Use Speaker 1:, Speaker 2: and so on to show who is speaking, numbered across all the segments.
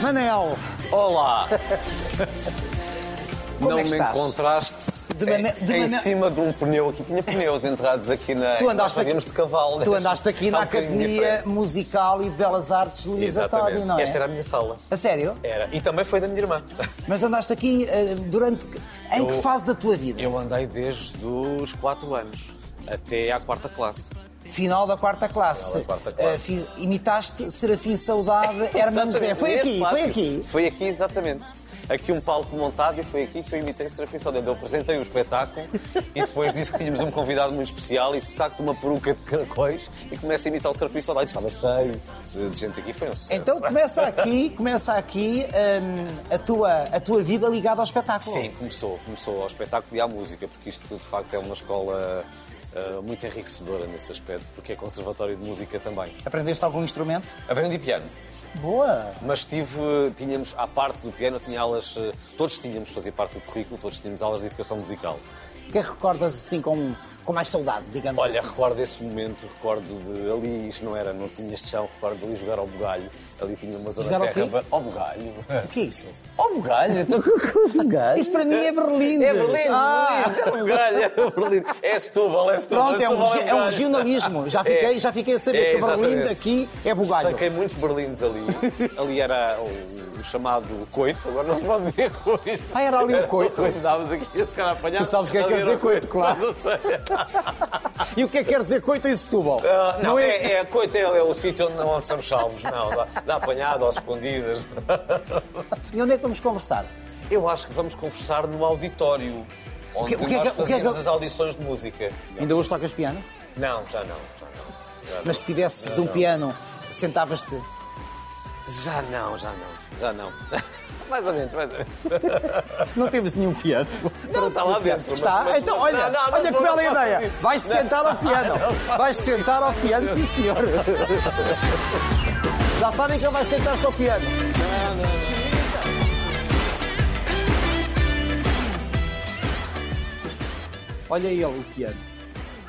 Speaker 1: Manel,
Speaker 2: Olá!
Speaker 1: Como
Speaker 2: não
Speaker 1: é que
Speaker 2: me
Speaker 1: estás?
Speaker 2: encontraste
Speaker 1: De
Speaker 2: em-
Speaker 1: mane- de
Speaker 2: em,
Speaker 1: mane-
Speaker 2: cima de um pneu aqui. Tinha pneus enterrados aqui na.
Speaker 1: tu andaste
Speaker 2: nós fazíamos
Speaker 1: aqui,
Speaker 2: de cavalo.
Speaker 1: Tu andaste aqui
Speaker 2: Está
Speaker 1: na
Speaker 2: um bocadinho
Speaker 1: Academia
Speaker 2: diferente.
Speaker 1: Musical e de Belas Artes de Luísa Todi,
Speaker 2: Exatamente.
Speaker 1: não é?
Speaker 2: Esta era a minha sala.
Speaker 1: A sério?
Speaker 2: Era. E também foi da minha irmã.
Speaker 1: Mas andaste aqui eh, durante. que- Em que
Speaker 2: Eu-
Speaker 1: fase da tua vida?
Speaker 2: Eu andei desde os 4 anos até à quarta classe.
Speaker 1: Final da quarta classe.
Speaker 2: Final da quarta classe.
Speaker 1: Eh, fiz- imitaste Serafim Saudade, Hermano José.
Speaker 2: Exatamente,
Speaker 1: Foi
Speaker 2: nesse
Speaker 1: aqui, foi
Speaker 2: pátio.
Speaker 1: aqui.
Speaker 2: Foi aqui, exatamente. Aqui um palco montado e foi aqui que eu imitei o Serafim Saudade. Eu apresentei o espetáculo e depois disse que tínhamos um convidado muito especial e saco de uma peruca de caracóis e começa a imitar o Serafim Saudade. Estava cheio de- de gente aqui, foi um sucesso.
Speaker 1: Então começa aqui, começa aqui hum, a, tua, a tua vida ligada ao espetáculo.
Speaker 2: Sim, começou. Começou ao espetáculo e à música, porque isto de facto é uma escola ah, muito enriquecedora nesse aspecto, porque é conservatório de música também.
Speaker 1: Aprendeste algum instrumento?
Speaker 2: Aprendi piano.
Speaker 1: Boa!
Speaker 2: Mas tive, tínhamos, à parte do piano, tinha aulas, eh, todos tínhamos, fazia parte do currículo, todos tínhamos aulas de educação musical.
Speaker 1: O que é que recordas assim com, com mais saudade, digamos
Speaker 2: Olha,
Speaker 1: assim?
Speaker 2: recordo esse momento, recordo de ali, isto não era, não tinha este chão, recordo de ali jogar ao bugalho, ali tinha uma zona
Speaker 1: Jogar ao
Speaker 2: de terra,
Speaker 1: quê?
Speaker 2: ba- ao bugalho.
Speaker 1: O que é isso?
Speaker 2: Ao bugalho? Então, Estou com com o bugalho.
Speaker 1: Isso para mim é Berlim.
Speaker 2: É Berlim,
Speaker 1: Ah!
Speaker 2: Berlim, era Bugalho, era Berlim. É Setúbal, é Setúbal.
Speaker 1: Pronto, é um,
Speaker 2: Setúbal
Speaker 1: regi- é um
Speaker 2: Bugalho.
Speaker 1: regionalismo. Já fiquei,
Speaker 2: É.
Speaker 1: já fiquei a saber
Speaker 2: É,
Speaker 1: que o Berlim
Speaker 2: exatamente.
Speaker 1: daqui é bugalho.
Speaker 2: Saquei muitos berlindes ali. ali era o, o chamado coito, agora não se pode dizer coito.
Speaker 1: Ah, era ali o coito.
Speaker 2: Dávamos aqui os caras apanhavam.
Speaker 1: Tu sabes o que é que quer dizer coito, claro. E o que é que quer dizer coita em Setúbal?
Speaker 2: não, é, é, coito é, é o sítio onde não somos salvos, não. Dá, dá apanhado ou escondidas.
Speaker 1: E onde é que vamos conversar?
Speaker 2: Eu acho que vamos conversar no auditório, onde
Speaker 1: o que é
Speaker 2: nós
Speaker 1: que- o que é que-
Speaker 2: fazíamos as audições de música.
Speaker 1: Ainda hoje tocas piano?
Speaker 2: Não, já não, já não. Já não.
Speaker 1: Mas se tivesses um piano, sentavas-te.
Speaker 2: Já não, já não, já não. mais ou menos, mais ou menos.
Speaker 1: Não temos nenhum piano.
Speaker 2: Não, está lá dentro, mas-
Speaker 1: Está?
Speaker 2: mas-
Speaker 1: então,
Speaker 2: mas-
Speaker 1: olha,
Speaker 2: não, não, mas
Speaker 1: olha que
Speaker 2: não-
Speaker 1: bela
Speaker 2: não faças
Speaker 1: ideia.
Speaker 2: isso.
Speaker 1: Vais-te sentar ao piano. Vais-te sentar ao piano, sim senhor. Já sabem que ele vai sentar-se ao piano. Olha ele, o piano.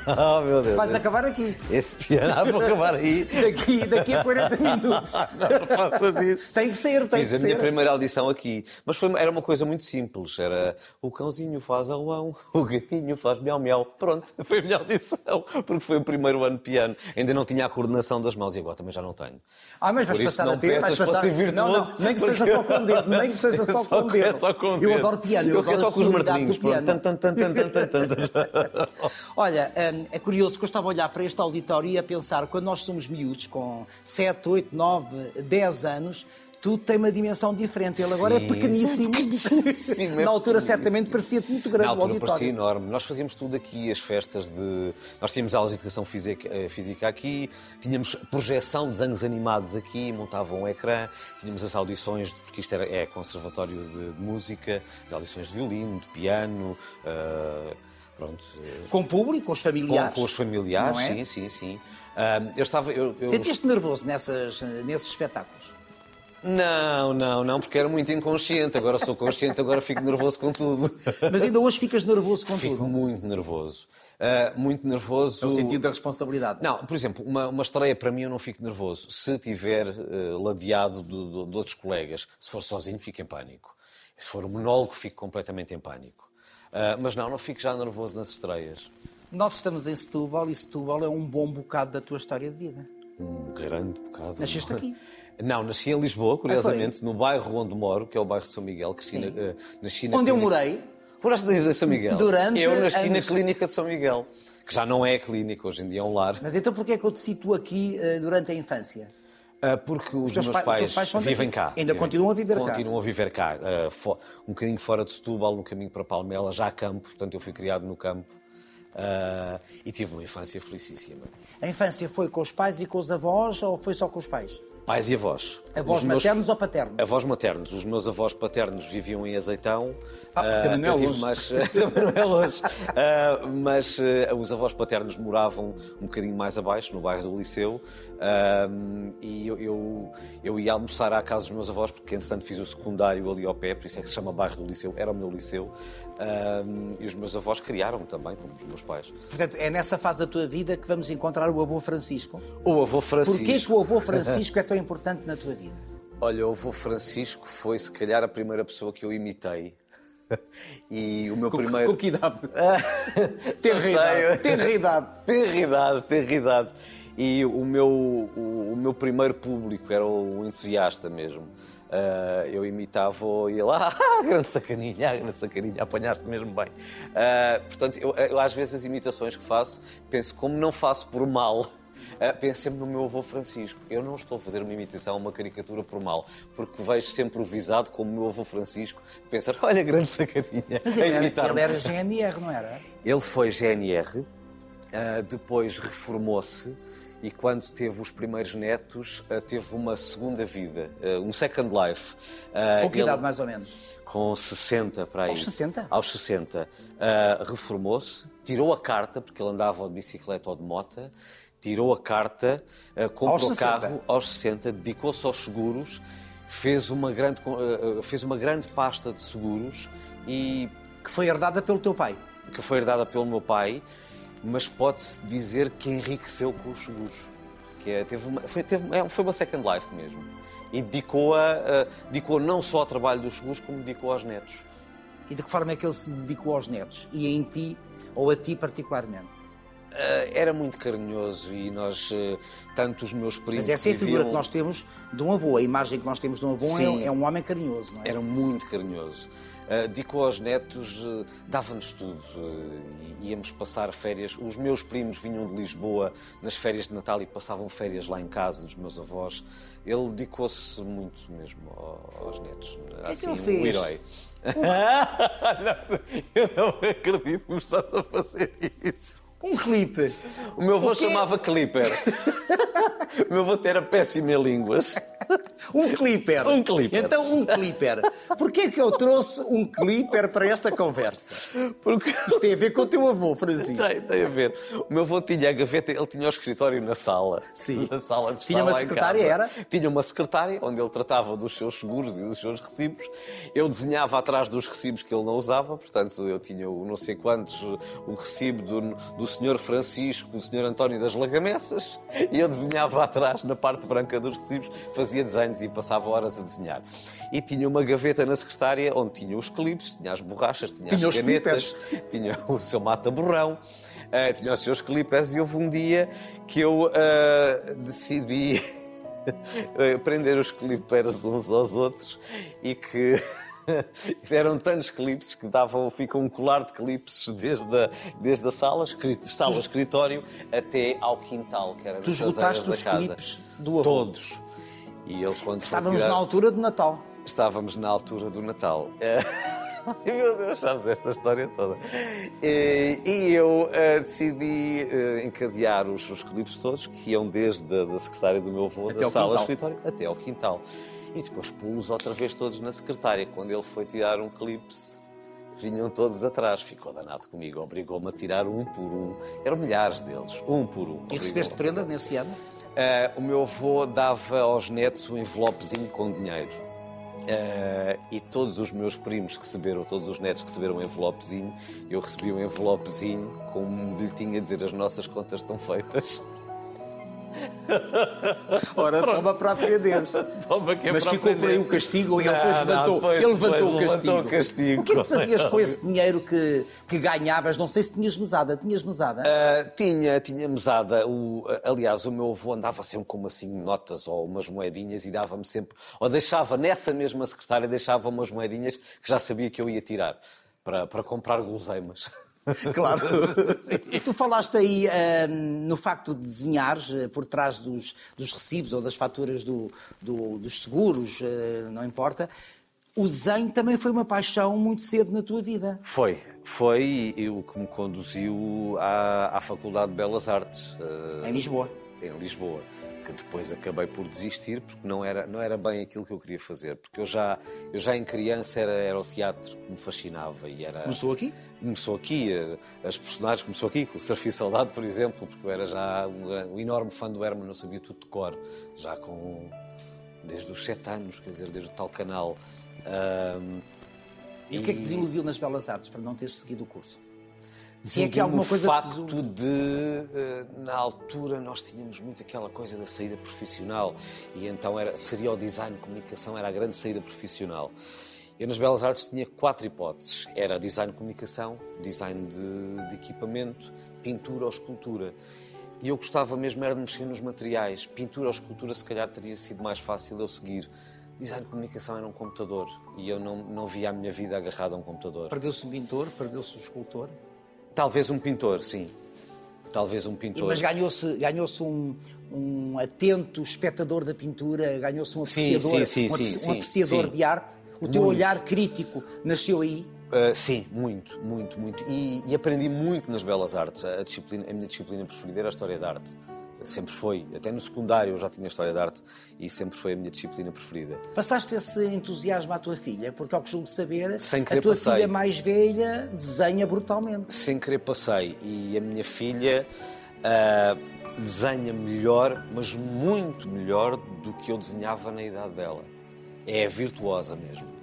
Speaker 2: Oh, meu Deus.
Speaker 1: Vais acabar aqui.
Speaker 2: Esse piano há para acabar aí.
Speaker 1: Daqui, daqui a 40 minutos. Tem que ser, tem
Speaker 2: Fiz
Speaker 1: que
Speaker 2: a minha
Speaker 1: ser.
Speaker 2: primeira audição aqui. Mas foi- era uma coisa muito simples. Era o cãozinho faz ao ão, o gatinho faz miau miau. Pronto, foi a minha audição. Porque foi o primeiro ano de piano. Ainda não tinha a coordenação das mãos e agora também já não tenho.
Speaker 1: Ah, mas vais
Speaker 2: Por isso
Speaker 1: passar
Speaker 2: não
Speaker 1: a ter, vais
Speaker 2: peças
Speaker 1: passar.
Speaker 2: para ser virtuoso,
Speaker 1: não, não, nem que seja
Speaker 2: porque-
Speaker 1: só com o dedo, nem que seja só com o dedo.
Speaker 2: É só com o
Speaker 1: Eu
Speaker 2: dedo.
Speaker 1: adoro piano, eu,
Speaker 2: Eu,
Speaker 1: adoro a
Speaker 2: toco os
Speaker 1: sonoridade
Speaker 2: martelinhos.
Speaker 1: do piano.
Speaker 2: Pronto. então. Tan, tan, tan, tan, tan, tan, tan.
Speaker 1: Olha, hum, é curioso que eu estava a olhar para este auditório e a pensar, quando nós somos miúdos, com 7, 8, 9, 10 anos, tudo tem uma dimensão diferente. Ele agora é
Speaker 2: Sim.
Speaker 1: pequeníssimo.
Speaker 2: pequeníssimo, é
Speaker 1: Na altura,
Speaker 2: pequeníssimo.
Speaker 1: certamente, parecia-te muito grande
Speaker 2: Na
Speaker 1: o
Speaker 2: altura parecia
Speaker 1: auditório.
Speaker 2: enorme. Nós fazíamos tudo aqui, as festas de. Nós tínhamos aulas de educação física, eh, física aqui, tínhamos projeção de desenhos animados aqui, montavam um ecrã, tínhamos as audições, de- porque isto era, é conservatório de, de música, as audições de violino, de piano, eh, pronto. eh,
Speaker 1: Com o público, com os
Speaker 2: Com,
Speaker 1: familiares.
Speaker 2: com os familiares,
Speaker 1: Não é?
Speaker 2: sim, sim, sim. Ah, eu estava. Eu, eu-
Speaker 1: Sentiste nervoso nessas, nesses espetáculos?
Speaker 2: Não, não, não, porque era muito inconsciente. Agora sou consciente, agora fico nervoso com tudo.
Speaker 1: Mas ainda hoje ficas nervoso com
Speaker 2: Fico
Speaker 1: tudo.
Speaker 2: muito nervoso. Ah, muito nervoso.
Speaker 1: No sentido da responsabilidade.
Speaker 2: Não, por exemplo, uma, uma estreia para mim eu não fico nervoso. Se tiver eh, ladeado de, de- de outros colegas, se for sozinho, fico em pânico. Se for um monólogo, fico completamente em pânico. Ah, mas não, não fico já nervoso nas estreias.
Speaker 1: Nós estamos em Setúbal e Setúbal é um bom bocado da tua história de vida.
Speaker 2: Um grande bocado.
Speaker 1: Nasceste aqui? Ah,
Speaker 2: Não, nasci em Lisboa, curiosamente, no bairro onde moro, que é o bairro de São Miguel, que nasci na, eh, nasci na
Speaker 1: Onde eu
Speaker 2: clínica-
Speaker 1: morei,
Speaker 2: Foraste desde São Miguel?
Speaker 1: Durante
Speaker 2: Eu nasci na
Speaker 1: anos.
Speaker 2: clínica de São Miguel, que já não é a clínica, hoje em dia é um lar.
Speaker 1: mas então porquê é que eu te situo aqui eh, durante a infância?
Speaker 2: Ah, porque os,
Speaker 1: teus
Speaker 2: meus
Speaker 1: pais- os
Speaker 2: pais,
Speaker 1: teus pais são
Speaker 2: vivem
Speaker 1: daqui.
Speaker 2: cá.
Speaker 1: Ainda
Speaker 2: Vivem-
Speaker 1: continuam a viver cá.
Speaker 2: Continuam a viver cá. ah, fo- um bocadinho fora de Setúbal, no caminho para Palmela, já a campo. Portanto, eu fui criado no campo. ah, e tive uma infância felicíssima.
Speaker 1: A infância foi com os pais e com os avós ou foi só com os pais?
Speaker 2: Pais e avós.
Speaker 1: Avós
Speaker 2: Os meus- É
Speaker 1: maternos ou paternos?
Speaker 2: Avós maternos. Os meus avós paternos viviam em Azeitão. Ah,
Speaker 1: também não é
Speaker 2: eu tive
Speaker 1: longe.
Speaker 2: mais- também não é longe. Ah, mas ah, os avós paternos moravam um bocadinho mais abaixo, no bairro do Liceu. Ah, e eu, eu, eu ia almoçar à casa dos meus avós, porque entretanto fiz o secundário ali ao pé, por isso é que se chama bairro do Liceu. Era o meu liceu. Ah, e os meus avós criaram-me também, como os meus pais.
Speaker 1: Portanto, é nessa fase da tua vida que vamos encontrar o avô Francisco.
Speaker 2: O avô Francisco.
Speaker 1: Porquê que o avô Francisco é tão importante na tua vida?
Speaker 2: Olha, o avô Francisco foi se calhar a primeira pessoa que eu imitei. E o meu
Speaker 1: Com,
Speaker 2: primeiro.
Speaker 1: com que idade?
Speaker 2: Não
Speaker 1: Tenra idade,
Speaker 2: sei.
Speaker 1: tenra idade.
Speaker 2: Tenra idade, tenra idade. E o meu, o, o meu primeiro público era o entusiasta mesmo. Ah, eu imitava e lá, ah, grande sacaninha, ah, grande sacaninha, apanhaste mesmo bem. Ah, portanto, eu, eu às vezes as imitações que faço, penso, como não faço por mal, ah, penso sempre no meu avô Francisco. Eu não estou a fazer uma imitação, uma caricatura por mal, porque vejo sempre o visado como o meu avô Francisco, pensar, olha, grande sacaninha.
Speaker 1: Mas
Speaker 2: a
Speaker 1: ele era,
Speaker 2: imitar-me.
Speaker 1: ele era GNR, não era?
Speaker 2: Ele foi GNR, ah, depois reformou-se e quando teve os primeiros netos, ah, teve uma segunda vida, ah, um second life. Ah,
Speaker 1: Com que
Speaker 2: ele-
Speaker 1: idade, mais ou menos?
Speaker 2: Com 60 para aí.
Speaker 1: Aos 60?
Speaker 2: Aos 60. Ah, reformou-se, tirou a carta, porque ele andava de bicicleta ou de moto, tirou a carta, ah, comprou
Speaker 1: 60?
Speaker 2: carro aos 60, dedicou-se aos seguros, fez uma grande, con- ah, ah, fez uma grande pasta de seguros e
Speaker 1: Que foi herdada pelo teu pai.
Speaker 2: que foi herdada pelo meu pai, mas pode-se dizer que enriqueceu com os seguros. Que é, teve uma, foi, teve- é, foi uma second life mesmo. E dedicou-a, eh, dedicou não só ao trabalho dos seguros, como dedicou aos netos.
Speaker 1: E de que forma é que ele se dedicou aos netos? E em ti, ou a ti particularmente?
Speaker 2: Eh, era muito carinhoso e nós, eh, tanto os meus primos.
Speaker 1: Mas essa é a
Speaker 2: que
Speaker 1: figura que
Speaker 2: viviam-
Speaker 1: nós temos de um avô. A imagem que nós temos de um avô
Speaker 2: Sim.
Speaker 1: é, é um homem carinhoso, não é?
Speaker 2: Era muito carinhoso. Uh, dedicou aos netos, uh, dava-nos tudo. Uh, e- íamos passar férias. Os meus primos vinham de Lisboa nas férias de Natal e passavam férias lá em casa dos meus avós. Ele dedicou-se muito mesmo ao- aos netos.
Speaker 1: é que
Speaker 2: assim,
Speaker 1: ele fez?
Speaker 2: um herói. Não, eu não acredito que me estás a fazer isso.
Speaker 1: Um clipe.
Speaker 2: O meu avô
Speaker 1: O quê?
Speaker 2: chamava Clipper. o meu avô era péssimo em línguas.
Speaker 1: Um clipper.
Speaker 2: Um clipper.
Speaker 1: Então, um clipper. Porquê que eu trouxe um clipper para esta conversa?
Speaker 2: Porque
Speaker 1: Isto tem a ver com o teu avô, Francisco.
Speaker 2: Tem, tem a ver. O meu avô tinha a gaveta, ele tinha o escritório na sala.
Speaker 1: Sim.
Speaker 2: Na sala de estar
Speaker 1: Tinha uma
Speaker 2: lá em
Speaker 1: secretária,
Speaker 2: casa.
Speaker 1: era?
Speaker 2: Tinha uma secretária, onde ele tratava dos seus seguros e dos seus recibos. Eu desenhava atrás dos recibos que ele não usava, portanto, eu tinha o não sei quantos, o recibo do, do senhor Francisco, do senhor António das Lagamessas, e eu desenhava atrás, na parte branca dos recibos, fazia desenhos e passava horas a desenhar. E tinha uma gaveta na secretária, onde tinha os clipes, tinha as borrachas, tinha,
Speaker 1: Tinha
Speaker 2: as
Speaker 1: os
Speaker 2: canetas, tinha o seu mata-borrão, eh, tinha os seus clippers e houve um dia que eu eh, decidi eh, prender os clippers uns aos outros e que eram tantos clipes que davam, fica um colar de clipes desde a, desde a sala, escri- sala escritório até ao quintal, que era
Speaker 1: Tu
Speaker 2: nas traseiras
Speaker 1: esgotaste os
Speaker 2: da casa.
Speaker 1: clipes do avô?
Speaker 2: Todos. E ele, quando foi
Speaker 1: Estávamos
Speaker 2: tirar-
Speaker 1: na altura do Natal.
Speaker 2: Estávamos na altura do Natal. Eh, Meu Deus, sabes esta história toda. Eh, E eu eh, decidi eh, encadear os, os clipes todos, que iam desde a da secretária do meu avô,
Speaker 1: Até
Speaker 2: da
Speaker 1: ao
Speaker 2: sala
Speaker 1: quintal.
Speaker 2: de escritório, até ao quintal. E depois pô-los outra vez todos na secretária. Quando ele foi tirar um clipse, vinham todos atrás. Ficou danado comigo, obrigou-me a tirar um por um. Eram milhares deles, um por um.
Speaker 1: E recebeste
Speaker 2: Obrigou-me.
Speaker 1: prenda nesse ano?
Speaker 2: Eh, o meu avô dava aos netos um envelopezinho com dinheiro. Eh, e todos os meus primos receberam, todos os netos receberam um envelopezinho. Eu recebi um envelopezinho com um bilhetinho a dizer as nossas contas estão feitas.
Speaker 1: Ora, toma para aprenderes.
Speaker 2: Toma que é
Speaker 1: Mas
Speaker 2: para
Speaker 1: ficou por aí
Speaker 2: aprender.
Speaker 1: o castigo, é ele
Speaker 2: Não,
Speaker 1: depois levantou,
Speaker 2: não, depois-
Speaker 1: ele levantou,
Speaker 2: depois
Speaker 1: o castigo.
Speaker 2: levantou o castigo.
Speaker 1: O que é que tu fazias com esse dinheiro que, que ganhavas? Não sei se tinhas mesada. Tinhas mesada?
Speaker 2: Ah, tinha, tinha mesada. O- aliás, o meu avô andava sempre com umas assim, notas ou umas moedinhas e dava-me sempre, ou deixava nessa mesma secretária, deixava umas moedinhas que já sabia que eu ia tirar para, para comprar guloseimas.
Speaker 1: Claro. tu falaste aí ahm, no facto de desenhares eh, por trás dos, dos recibos ou das faturas do- do- dos seguros, eh, não importa. O desenho também foi uma paixão muito cedo na tua vida.
Speaker 2: Foi, foi e- e o que me conduziu à, à Faculdade de Belas Artes. ah,
Speaker 1: Em Lisboa.
Speaker 2: em Lisboa, que depois acabei por desistir porque não era, não era bem aquilo que eu queria fazer. Porque eu já, eu já em criança era, era o teatro que me fascinava e era.
Speaker 1: Começou aqui?
Speaker 2: Começou aqui, as- as personagens começou aqui, com o Surf e Saudade, por exemplo, porque eu era já um, gran- um enorme fã do Herman, eu sabia tudo de cor, já com. desde os 7 anos, quer dizer, desde o tal canal. Ahm,
Speaker 1: E o que é que desiludiu nas belas artes para não teres seguido o curso? Se é que há alguma
Speaker 2: o
Speaker 1: coisa que
Speaker 2: facto
Speaker 1: te-
Speaker 2: de, eh, na altura, nós tínhamos muito aquela coisa da saída profissional e então era, seria o design de comunicação, era a grande saída profissional. Eu nas Belas Artes tinha quatro hipóteses. Era design de comunicação, design de, de equipamento, pintura ou escultura. E eu gostava mesmo era de mexer nos materiais. Pintura ou escultura se calhar teria sido mais fácil eu seguir. Design de comunicação era um computador e eu não, não via a minha vida agarrada a um computador.
Speaker 1: Perdeu-se um pintor, perdeu-se um escultor,
Speaker 2: Talvez um pintor, sim. Talvez um pintor.
Speaker 1: mas ganhou-se ganhou um, um atento espectador da pintura, ganhou-se um
Speaker 2: Sim,
Speaker 1: apreciador,
Speaker 2: sim, sim,
Speaker 1: um, apreci-
Speaker 2: sim,
Speaker 1: um
Speaker 2: sim,
Speaker 1: apreciador
Speaker 2: sim.
Speaker 1: de arte. O teu
Speaker 2: Muito.
Speaker 1: olhar crítico nasceu aí.
Speaker 2: Uh, sim, muito, muito, muito. E, e aprendi muito nas belas artes. A, disciplina, a minha disciplina preferida era a história da arte. Sempre foi. Até no secundário eu já tinha história da arte e sempre foi a minha disciplina preferida.
Speaker 1: Passaste esse entusiasmo à tua filha, porque ao que julgo saber,
Speaker 2: Sem
Speaker 1: a
Speaker 2: querer
Speaker 1: tua
Speaker 2: passei.
Speaker 1: filha mais velha desenha brutalmente.
Speaker 2: Sem querer passei. E a minha filha uh, desenha melhor, mas muito melhor do que eu desenhava na idade dela. É virtuosa mesmo.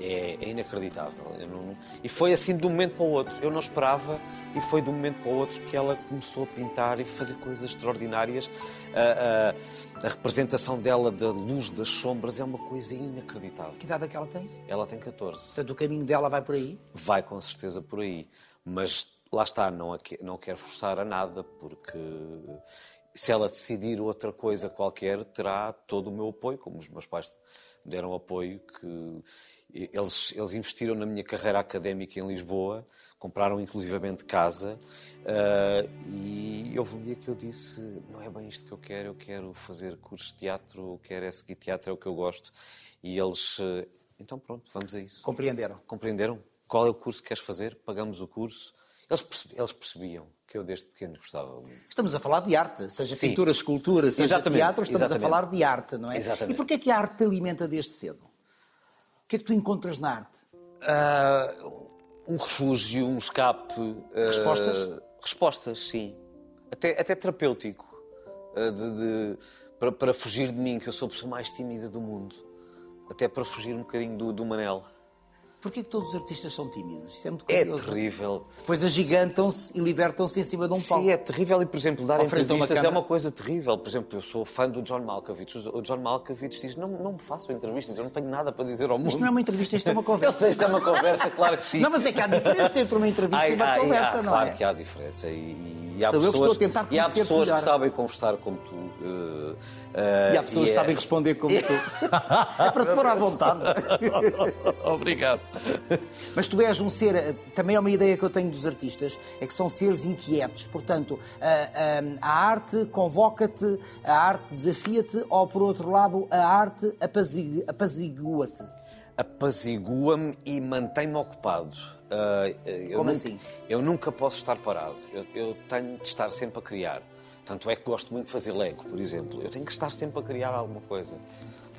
Speaker 2: É, é inacreditável. Eu não- E foi assim de um momento para o outro. Eu não esperava e foi de um momento para o outro que ela começou a pintar e fazer coisas extraordinárias. A, a- a representação dela da luz, das sombras, é uma coisa inacreditável.
Speaker 1: Que idade é que ela tem?
Speaker 2: Ela tem 14
Speaker 1: Portanto, o caminho dela vai por aí.
Speaker 2: vai com certeza por aí. Mas lá está, não, a que- não quero forçar a nada, porque se ela decidir outra coisa qualquer, terá todo o meu apoio, como os meus pais me deram apoio, que eles, eles investiram na minha carreira académica em Lisboa, compraram inclusivamente casa, ah, e houve um dia que eu disse, não é bem isto que eu quero, eu quero fazer cursos de teatro, eu quero é seguir teatro, é o que eu gosto. E eles, ah, então pronto, vamos a isso
Speaker 1: Compreenderam.
Speaker 2: compreenderam qual é o curso que queres fazer, pagamos o curso. Eles, perce- eles percebiam que eu desde pequeno gostava muito.
Speaker 1: Estamos a falar de arte, seja
Speaker 2: Sim.
Speaker 1: pintura, escultura, seja
Speaker 2: Exatamente,
Speaker 1: teatro, estamos
Speaker 2: exatamente.
Speaker 1: a falar de arte, não é?
Speaker 2: Exatamente.
Speaker 1: E porquê é que a arte te alimenta desde cedo? O que é que tu encontras na arte?
Speaker 2: Ah, um refúgio, um escape. ah,
Speaker 1: Respostas?
Speaker 2: respostas, sim. Até, até terapêutico. ah, de- de- para, para fugir de mim, que eu sou a pessoa mais tímida do mundo. Até para fugir um bocadinho do, do Manel.
Speaker 1: Porquê é que todos os artistas são tímidos? Isso é muito
Speaker 2: É
Speaker 1: curioso.
Speaker 2: terrível.
Speaker 1: Depois agigantam-se e libertam-se em cima de um palco.
Speaker 2: Sim, é terrível. E, por exemplo, dar
Speaker 1: Ao frente de uma
Speaker 2: entrevistas é
Speaker 1: câmara.
Speaker 2: uma coisa terrível. Por exemplo, eu sou fã do John Malkovich. O John Malkovich diz, não, não me façam entrevistas, eu não tenho nada para dizer ao mundo.
Speaker 1: Isto não é uma entrevista, isto é uma
Speaker 2: Eu
Speaker 1: conversa.
Speaker 2: sei, isto é uma conversa, claro que sim.
Speaker 1: Não, mas é que há diferença entre uma entrevista e uma conversa,
Speaker 2: há,
Speaker 1: não
Speaker 2: ah, claro
Speaker 1: é?
Speaker 2: que há diferença. E, e há
Speaker 1: Sou eu que
Speaker 2: pessoas,
Speaker 1: estou a tentar
Speaker 2: e há
Speaker 1: conhecer-te
Speaker 2: pessoas
Speaker 1: melhor.
Speaker 2: que sabem conversar como tu. eh, eh,
Speaker 1: E há pessoas
Speaker 2: é-
Speaker 1: que sabem responder como tu. É para te pôr à vontade.
Speaker 2: Obrigado.
Speaker 1: Mas tu és um ser, eh, também é uma ideia que eu tenho dos artistas, é que são seres inquietos. Portanto, a, a- a arte convoca-te, a arte desafia-te, ou por outro lado, a arte apazigu- apazigua-te.
Speaker 2: apazigua-me e mantém-me ocupado. Ah, eu
Speaker 1: Como
Speaker 2: nunca,
Speaker 1: assim?
Speaker 2: Eu nunca posso estar parado. Eu, eu tenho de estar sempre a criar. Tanto é que gosto muito de fazer Lego, por exemplo. Eu tenho que estar sempre a criar alguma coisa.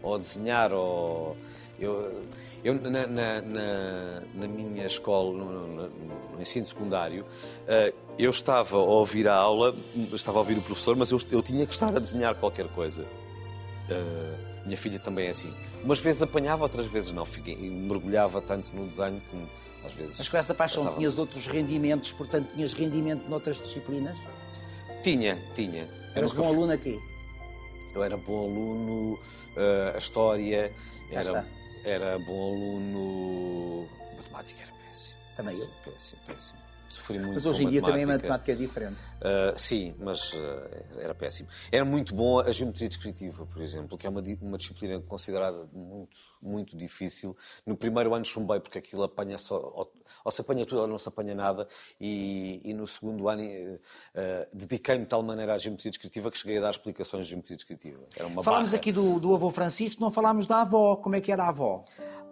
Speaker 2: Ou a desenhar, ou. Eu, eu na, na- na- na minha escola, no, no- no- no ensino secundário, ah, eu estava a ouvir a aula, estava a ouvir o professor, mas eu, eu tinha que estar a desenhar qualquer coisa. Uh, minha filha também é assim. Umas vezes apanhava, outras vezes não. Fiquei, mergulhava tanto no desenho que às vezes.
Speaker 1: Mas com essa paixão
Speaker 2: passava-
Speaker 1: tinhas outros rendimentos, portanto tinhas rendimento noutras disciplinas?
Speaker 2: Tinha, tinha. Eu,
Speaker 1: Eras
Speaker 2: nunca
Speaker 1: bom
Speaker 2: fui-
Speaker 1: aluno aqui.
Speaker 2: eu era bom aluno, uh, a história,
Speaker 1: Já está.
Speaker 2: era, era bom aluno. Matemática era péssimo.
Speaker 1: Também eu.
Speaker 2: péssimo, Péssimo, péssimo. Sofri muito
Speaker 1: Mas hoje
Speaker 2: com
Speaker 1: em dia também a
Speaker 2: matemática.
Speaker 1: matemática é diferente.
Speaker 2: Uh, sim, mas uh, era péssimo. Era muito bom a geometria descritiva, por exemplo, que é uma, di- uma disciplina considerada muito, muito difícil. No primeiro ano chumbei, porque aquilo apanha só, ou, ou se apanha tudo ou não se apanha nada, e, e no segundo ano eh, uh, dediquei-me de tal maneira à geometria descritiva que cheguei a dar explicações de geometria descritiva. Era uma
Speaker 1: Falámos
Speaker 2: barra.
Speaker 1: aqui do, do avô Francisco, não falámos da avó. Como é que era a avó?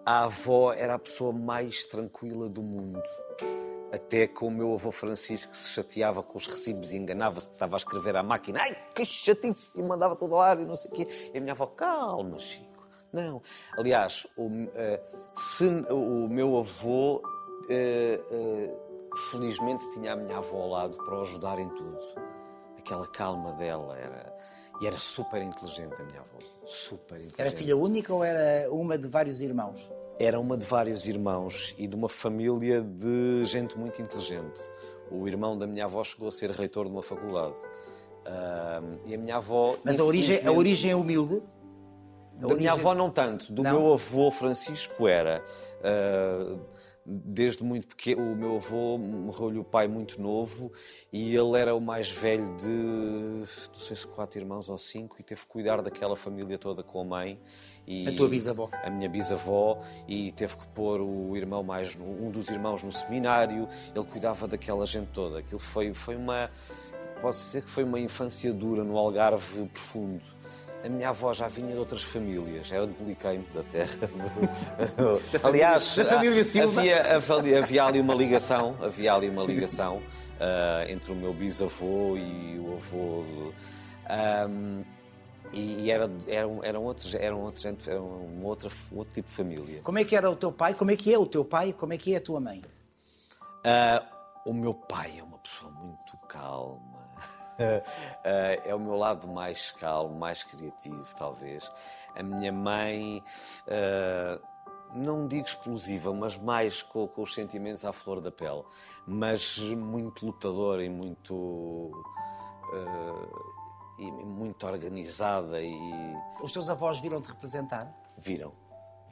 Speaker 2: A avó era a pessoa mais tranquila do mundo. Até que o meu avô Francisco se chateava com os recibos e enganava-se, estava a escrever à máquina, ai que chatice, e mandava todo ao ar e não sei o quê. E a minha avó, calma, Chico. Não. Aliás, o, eh, se, o meu avô eh, eh, felizmente tinha a minha avó ao lado para o ajudar em tudo. Aquela calma dela era. E era super inteligente a minha avó. Super inteligente
Speaker 1: Era filha única ou era uma de vários irmãos?
Speaker 2: era uma de vários irmãos e de uma família de gente muito inteligente. O irmão da minha avó chegou a ser reitor de uma faculdade. Ah, e a minha avó.
Speaker 1: Mas a origem, a
Speaker 2: infelizmente-
Speaker 1: origem é humilde? A
Speaker 2: da minha
Speaker 1: origem-
Speaker 2: avó não tanto, do
Speaker 1: Não?
Speaker 2: meu avô Francisco era. ah, desde muito pequeno, o meu avô morreu-lhe o pai muito novo e ele era o mais velho de, não sei se quatro irmãos ou cinco, e teve que cuidar daquela família toda com a mãe. E
Speaker 1: A tua bisavó.
Speaker 2: A minha bisavó, e teve que pôr o irmão mais, no- um dos irmãos no seminário, ele cuidava daquela gente toda. Aquilo foi, foi uma, pode-se dizer que foi uma infância dura no Algarve profundo. A minha avó já vinha de outras famílias, era de Beliqueimo, da terra. do- Aliás,
Speaker 1: da família
Speaker 2: ah,
Speaker 1: Silva.
Speaker 2: Havia, havia, havia ali uma ligação, havia ali uma ligação ah, entre o meu bisavô e o avô. do- Ahm, e e era, um eram, eram outros, eram outros, gente, eram um outro, outro tipo de família.
Speaker 1: Como é que era o teu pai? Como é que é o teu pai? Como é que é a tua mãe?
Speaker 2: Ah, o meu pai é uma pessoa muito calma. Ah, é o meu lado mais calmo, mais criativo, talvez. A minha mãe, ah, não digo explosiva, mas mais co- com, os sentimentos à flor da pele. Mas muito lutadora e muito. ah, e muito organizada e.
Speaker 1: Os teus avós viram-te representar?
Speaker 2: Viram,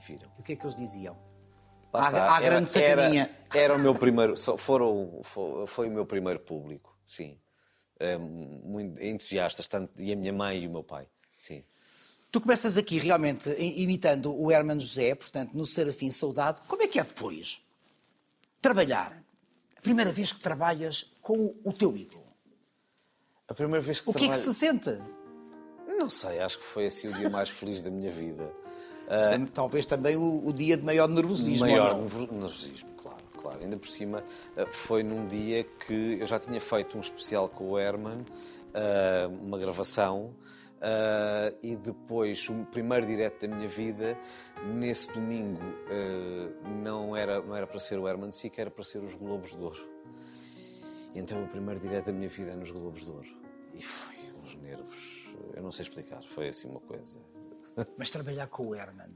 Speaker 2: viram.
Speaker 1: E o que é que eles diziam?
Speaker 2: Lá
Speaker 1: Há-
Speaker 2: está,
Speaker 1: há grande sacaninha.
Speaker 2: Era, era o meu primeiro, só foram, foi, foi o meu primeiro público, sim. Hum, muito entusiastas, tanto, e a minha mãe e o meu pai, sim.
Speaker 1: Tu começas aqui realmente i- imitando o Hermano José, portanto, no Serafim Saudade. Como é que é depois? Trabalhar. A primeira vez que trabalhas com o teu ídolo.
Speaker 2: A primeira vez que
Speaker 1: O que é que se
Speaker 2: trabalho-
Speaker 1: sente?
Speaker 2: Não sei, acho que foi assim o dia mais feliz da minha vida.
Speaker 1: Isto é Talvez também o, o dia de maior nervosismo.
Speaker 2: Ah, maior
Speaker 1: ou não?
Speaker 2: nervo- nervosismo, claro, claro. Ainda por cima, eh, foi num dia que eu já tinha feito um especial com o Herman, eh, uma gravação, eh, e depois o primeiro direto da minha vida, nesse domingo, eh, não era, não era para ser o Herman Sica, era para ser os Globos de Ouro. E então o primeiro direto da minha vida é nos Globos de Ouro. E foi uns nervos, eu não sei explicar, foi assim uma coisa.
Speaker 1: Mas trabalhar com o Herman,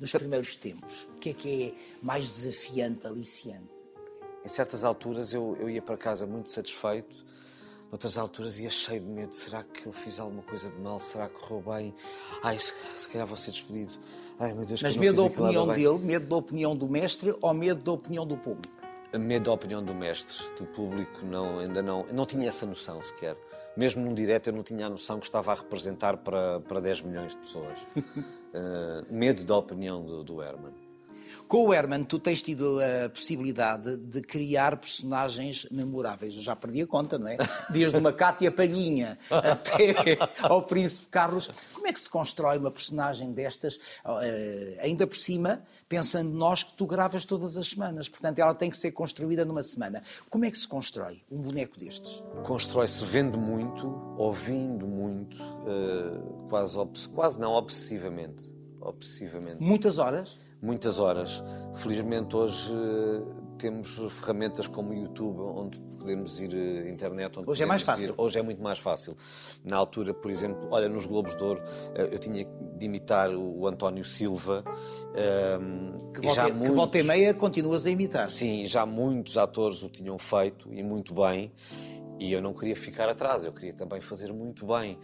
Speaker 1: nos primeiros tempos, o que é que é mais desafiante, aliciante?
Speaker 2: em certas alturas eu, eu ia para casa muito satisfeito, outras alturas ia cheio de medo. Será que eu fiz alguma coisa de mal? Será que correu bem? Ai, se, se calhar vou ser despedido. Ai, meu Deus, que
Speaker 1: Mas
Speaker 2: eu não
Speaker 1: medo da
Speaker 2: fiz aquilo
Speaker 1: opinião
Speaker 2: nada bem.
Speaker 1: dele, medo da opinião do mestre ou medo da opinião do público?
Speaker 2: Medo da opinião do mestre, do público, não, ainda não. Eu não tinha essa noção sequer. Mesmo num direto eu não tinha a noção que estava a representar para, para 10 milhões de pessoas. Eh, medo da opinião do, do Herman.
Speaker 1: Com o Herman, tu tens tido a possibilidade de criar personagens memoráveis. Eu já perdi a conta, não é? Desde uma Cátia Palhinha até ao Príncipe Carlos. Como é que se constrói uma personagem destas? Eh, ainda por cima, pensando nós que tu gravas todas as semanas. Portanto, ela tem que ser construída numa semana. Como é que se constrói um boneco destes?
Speaker 2: constrói-se vendo muito, ouvindo muito, eh, quase, obs- quase não, obsessivamente. Obsessivamente.
Speaker 1: Muitas horas.
Speaker 2: Muitas horas. Felizmente hoje eh, temos ferramentas como o YouTube, onde podemos ir eh, internet. Onde
Speaker 1: Hoje é mais
Speaker 2: podemos ir-
Speaker 1: fácil.
Speaker 2: Hoje é muito mais fácil. Na altura, por exemplo, olha, nos Globos de Ouro, eh, eu tinha de imitar o o António Silva. ehm,
Speaker 1: Que
Speaker 2: e já
Speaker 1: volta, que
Speaker 2: muitos-
Speaker 1: volta e meia continuas a imitar.
Speaker 2: Sim, já muitos atores o tinham feito e muito bem. E eu não queria ficar atrás, eu queria também fazer muito bem.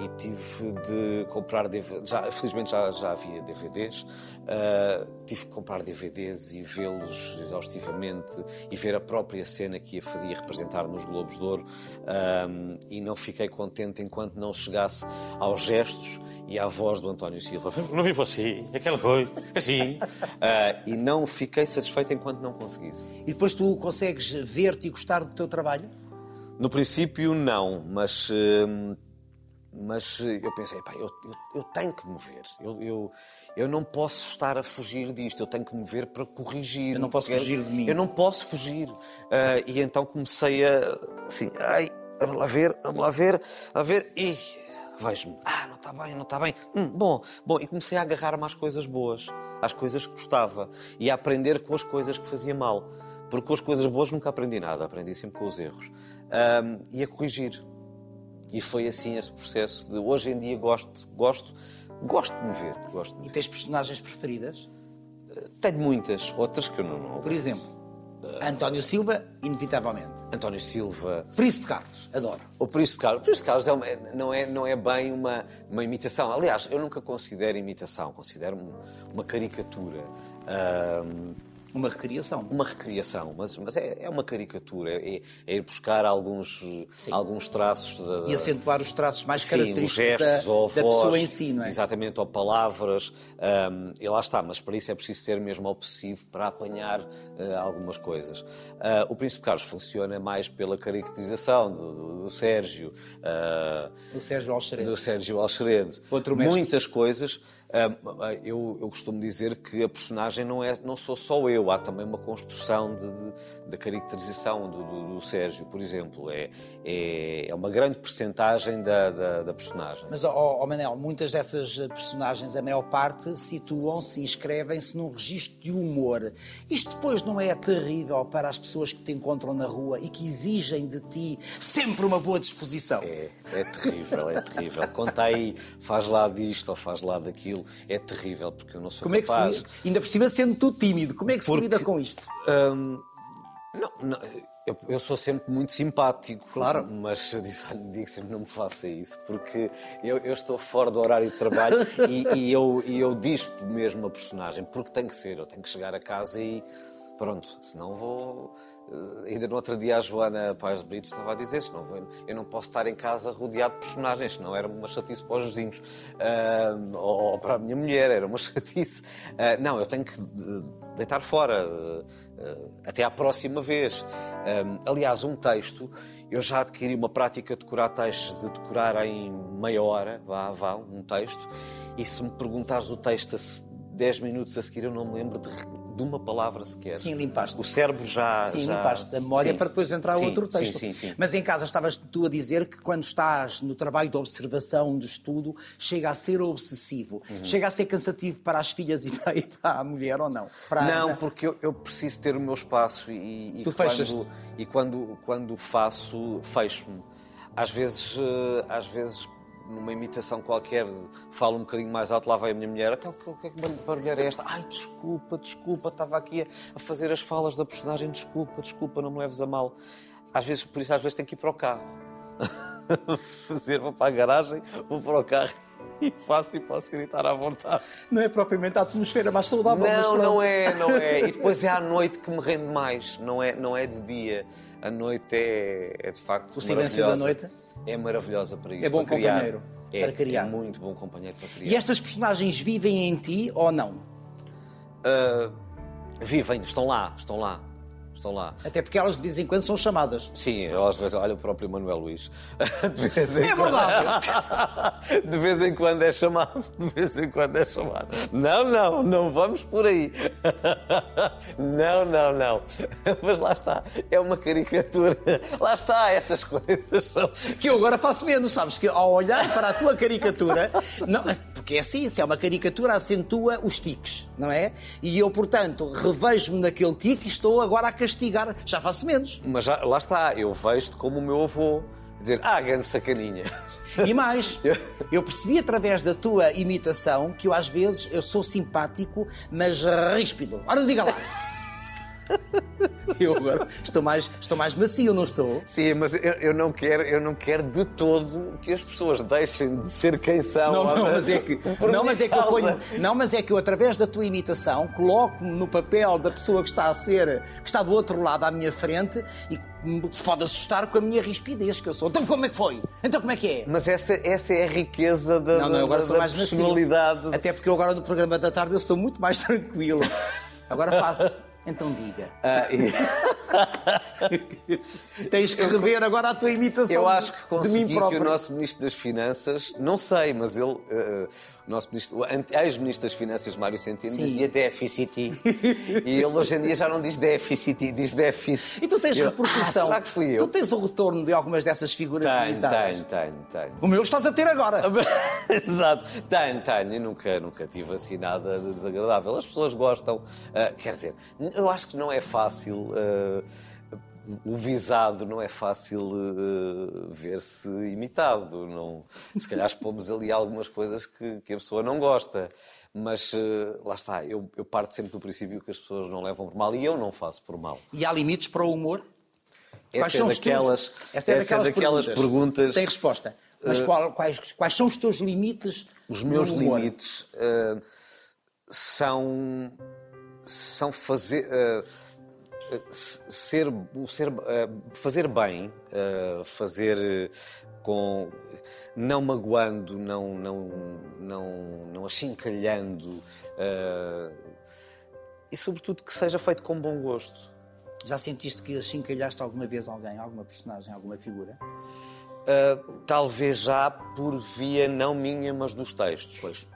Speaker 2: E tive de comprar DVDs. Já, felizmente já, já havia DVDs. ah, tive que comprar DVDs e vê-los exaustivamente e ver a própria cena que ia fazer ia representar nos Globos de Ouro. Ah, e não fiquei contente enquanto não chegasse aos gestos e à voz do António Silva.
Speaker 3: Não vivo assim, aquela coisa, assim.
Speaker 2: Ah, e não fiquei satisfeito enquanto não conseguisse.
Speaker 1: E depois tu consegues ver-te e gostar do teu trabalho?
Speaker 2: No princípio, não, mas. hum, Mas eh, eu pensei, pá, eu, eu, eu tenho que me ver. Eu, eu, eu não posso estar a fugir disto. Eu tenho que me ver para corrigir.
Speaker 1: Eu não posso
Speaker 2: Porque
Speaker 1: fugir de mim.
Speaker 2: Eu não posso fugir. Ah, e então comecei a. Assim, ai, vamos lá ver, vamos lá ver, a ver. E vejo-me, ah, não está bem, não está bem. Hum, bom, bom. E comecei a agarrar-me às coisas boas, às coisas que gostava. E a aprender com as coisas que fazia mal. Porque com as coisas boas nunca aprendi nada. Aprendi sempre com os erros. Ah, e a corrigir. E foi assim esse processo de hoje em dia gosto, gosto, gosto de me ver. Gosto de me
Speaker 1: E tens personagens preferidas?
Speaker 2: ver. Tenho muitas, outras que eu não. não
Speaker 1: Por exemplo, António Silva, inevitavelmente.
Speaker 2: António Silva,
Speaker 1: Príncipe Carlos, adoro.
Speaker 2: O Príncipe Carlos, o Príncipe Carlos é uma- não, é, não é bem uma, uma imitação. Aliás, eu nunca considero imitação, considero um- uma caricatura, ahm,
Speaker 1: Uma recriação.
Speaker 2: uma recriação, mas, mas é, é uma caricatura, é, é ir buscar alguns, alguns traços da, da-
Speaker 1: E acentuar os traços mais
Speaker 2: Sim, os
Speaker 1: característicos
Speaker 2: gestos
Speaker 1: da,
Speaker 2: ou
Speaker 1: da
Speaker 2: voz,
Speaker 1: pessoa em si, não é?
Speaker 2: Exatamente, ou palavras, hum, e lá está. Mas para isso é preciso ser mesmo obsessivo para apanhar eh, algumas coisas. Ah, o Príncipe Carlos funciona mais pela caracterização do, do- do Sérgio, ah,
Speaker 1: O Sérgio Alxerez.
Speaker 2: do Sérgio Alxeredo.
Speaker 1: Outro mestre.
Speaker 2: Muitas coisas. hum, ah, eu, eu costumo dizer que a personagem não, é, não sou só eu, há também uma construção de, de- da caracterização do, do- do Sérgio, por exemplo. É, é, é uma grande percentagem da, da, da personagem.
Speaker 1: Mas, ó, ó Manel, muitas dessas eh, personagens, a maior parte, situam-se e inscrevem-se num registro de humor. Isto depois não é terrível para as pessoas que te encontram na rua e que exigem de ti sempre uma boa disposição.
Speaker 2: É, é terrível, é terrível. Conta aí, faz lá disto ou faz lá daquilo. É terrível, porque eu não sou
Speaker 1: Como é que se
Speaker 2: capaz.
Speaker 1: lida? Ainda por cima sendo tu tímido, como é que se
Speaker 2: Porque-
Speaker 1: lida com isto?
Speaker 2: Não, não, eu, eu sou sempre muito simpático.
Speaker 1: Claro.
Speaker 2: Mas eu disse, "Olha, digo sempre não me faça isso, porque eu, eu estou fora do horário de trabalho e, e eu, e eu dispo mesmo a personagem, porque tem que ser. Eu tenho que chegar a casa e. Pronto, senão vou. eh, Ainda no outro dia a Joana Paz Brito estava a dizer: senão vou, eu não posso estar em casa rodeado de personagens, senão era uma chatice para os vizinhos. Ah, ou, ou para a minha mulher, era uma chatice. Ah, não, eu tenho que eh, deitar fora. eh, eh, até à próxima vez. Hum, aliás, um texto, eu já adquiri uma prática de decorar textos, de decorar em meia hora, vá, vá, um texto, e se me perguntares o texto a se- 10 minutos a seguir, eu não me lembro de, re- de uma palavra sequer.
Speaker 1: Sim, limpaste.
Speaker 2: O cérebro já.
Speaker 1: Sim,
Speaker 2: já...
Speaker 1: limpaste da memória
Speaker 2: Sim.
Speaker 1: para depois entrar
Speaker 2: Sim,
Speaker 1: outro texto.
Speaker 2: Sim, sim, sim.
Speaker 1: Mas em casa estavas tu a dizer que quando estás no trabalho de observação, de estudo, chega a ser obsessivo.
Speaker 2: Uhum.
Speaker 1: Chega a ser cansativo para as filhas e para, e para a mulher ou não? Para-
Speaker 2: Não, porque eu, eu preciso ter o meu espaço e, e
Speaker 1: né? Tu fechas-te.
Speaker 2: quando, e quando, quando faço, fecho-me. Às vezes, eh, às vezes, numa imitação qualquer, falo um bocadinho mais alto, lá vai a minha mulher, até o que, o que é que barulheira é esta? Ai, desculpa, desculpa, estava aqui a, a fazer as falas da personagem, desculpa, desculpa, não me leves a mal. Às vezes, por isso, às vezes tenho que ir para o carro. fazer, vou para a garagem, vou para o carro e faço e posso gritar à vontade.
Speaker 1: Não é propriamente a atmosfera mais saudável. mas
Speaker 2: Não,
Speaker 1: pronto.
Speaker 2: não é, não é. E depois é à noite que me rende mais, não é, não é de dia. A noite é, é de facto
Speaker 1: O silêncio da
Speaker 2: maravilhosa.
Speaker 1: noite?
Speaker 2: É maravilhosa para isso.
Speaker 1: É bom
Speaker 2: para criar.
Speaker 1: companheiro,
Speaker 2: É,
Speaker 1: para criar.
Speaker 2: é muito bom companheiro para criar.
Speaker 1: E estas personagens vivem em ti ou não?
Speaker 2: Ah, Vivem, estão lá, estão lá, estão lá.
Speaker 1: Até porque elas de vez em quando são chamadas.
Speaker 2: Sim, eu às vezes, olha o próprio Manuel Luís. De vez em
Speaker 1: É
Speaker 2: quando-
Speaker 1: verdade.
Speaker 2: De vez em quando é chamado, de vez em quando é chamado. Não, não, não vamos por aí. Não, não, não. Mas lá está, é uma caricatura. Lá está, essas coisas são.
Speaker 1: Que eu agora faço menos, sabes? Que ao olhar para a tua caricatura, não, porque é assim, se é uma caricatura, acentua os tiques, não é? E eu, portanto, revejo-me naquele tique e estou agora a castigar. Já faço menos.
Speaker 2: Mas já- lá está, eu vejo-te como o meu avô. Dizer, ah, grande sacaninha.
Speaker 1: E mais, eu percebi através da tua imitação que eu às vezes eu sou simpático, mas ríspido. Ora, diga lá. Eu agora estou mais, estou mais macio, não estou?
Speaker 2: Sim, mas eu, eu não quero, eu não quero de todo que as pessoas deixem de ser quem são.
Speaker 1: Não, não, mas é que,
Speaker 2: Por
Speaker 1: não,
Speaker 2: minha
Speaker 1: mas é que eu
Speaker 2: causa.
Speaker 1: ponho, não, mas é que eu, através da tua imitação, coloco-me no papel da pessoa que está a ser, que está do outro lado à minha frente e que me- se pode assustar com a minha rispidez que eu sou. Então como é que foi? Então como é que é?
Speaker 2: Mas essa, essa é a riqueza da,
Speaker 1: Não, não,
Speaker 2: da-
Speaker 1: eu agora
Speaker 2: da
Speaker 1: sou mais macio.
Speaker 2: personalidade.
Speaker 1: Até porque eu agora no programa da tarde eu sou muito mais tranquilo. Agora faço. Então diga.
Speaker 2: Ah, e-
Speaker 1: Tens que rever agora a tua imitação
Speaker 2: Eu acho que
Speaker 1: de
Speaker 2: consegui
Speaker 1: mim
Speaker 2: que
Speaker 1: próprio.
Speaker 2: o nosso Ministro das Finanças, não sei, mas ele, eh, o nosso ministro, o ante- ex-Ministro das Finanças, Mário Centeno,
Speaker 1: Sim.
Speaker 2: dizia déficit. e ele hoje em dia já não diz déficit, diz déficit.
Speaker 1: E tu tens
Speaker 2: Eu,
Speaker 1: repercussão.
Speaker 2: Ah, será que fui eu?
Speaker 1: Tu tens o retorno de algumas dessas figuras
Speaker 2: Tenho,
Speaker 1: imitáveis.
Speaker 2: tenho, tenho, tenho.
Speaker 1: O meu estás a ter agora.
Speaker 2: Exato, tenho, tenho. Eu nunca, nunca tive assim nada de desagradável. As pessoas gostam, ah, quer dizer, eu acho que não é fácil. ah, o visado não é fácil eh, ver-se imitado. Não, se calhar expomos ali algumas coisas que, que a pessoa não gosta. Mas eh, lá está, eu, eu parto sempre do princípio que as pessoas não levam por mal e eu não faço por mal.
Speaker 1: E há limites para o humor?
Speaker 2: Essa é
Speaker 1: os teus-
Speaker 2: daquelas-
Speaker 1: Essa é daquelas, perguntas, Sem resposta. Mas qual- quais, quais são os teus limites?
Speaker 2: eh, Os
Speaker 1: no
Speaker 2: meus
Speaker 1: humor?
Speaker 2: limites eh, são são fazer eh, eh, se- ser o ser eh, fazer bem, eh, fazer eh, com não magoando, não não não não achincalhando eh, e sobretudo que seja feito com bom gosto.
Speaker 1: Já sentiste que achincalhaste alguma vez alguém, alguma personagem, alguma figura?
Speaker 2: Uh, talvez já por via não minha, mas dos textos. Pois.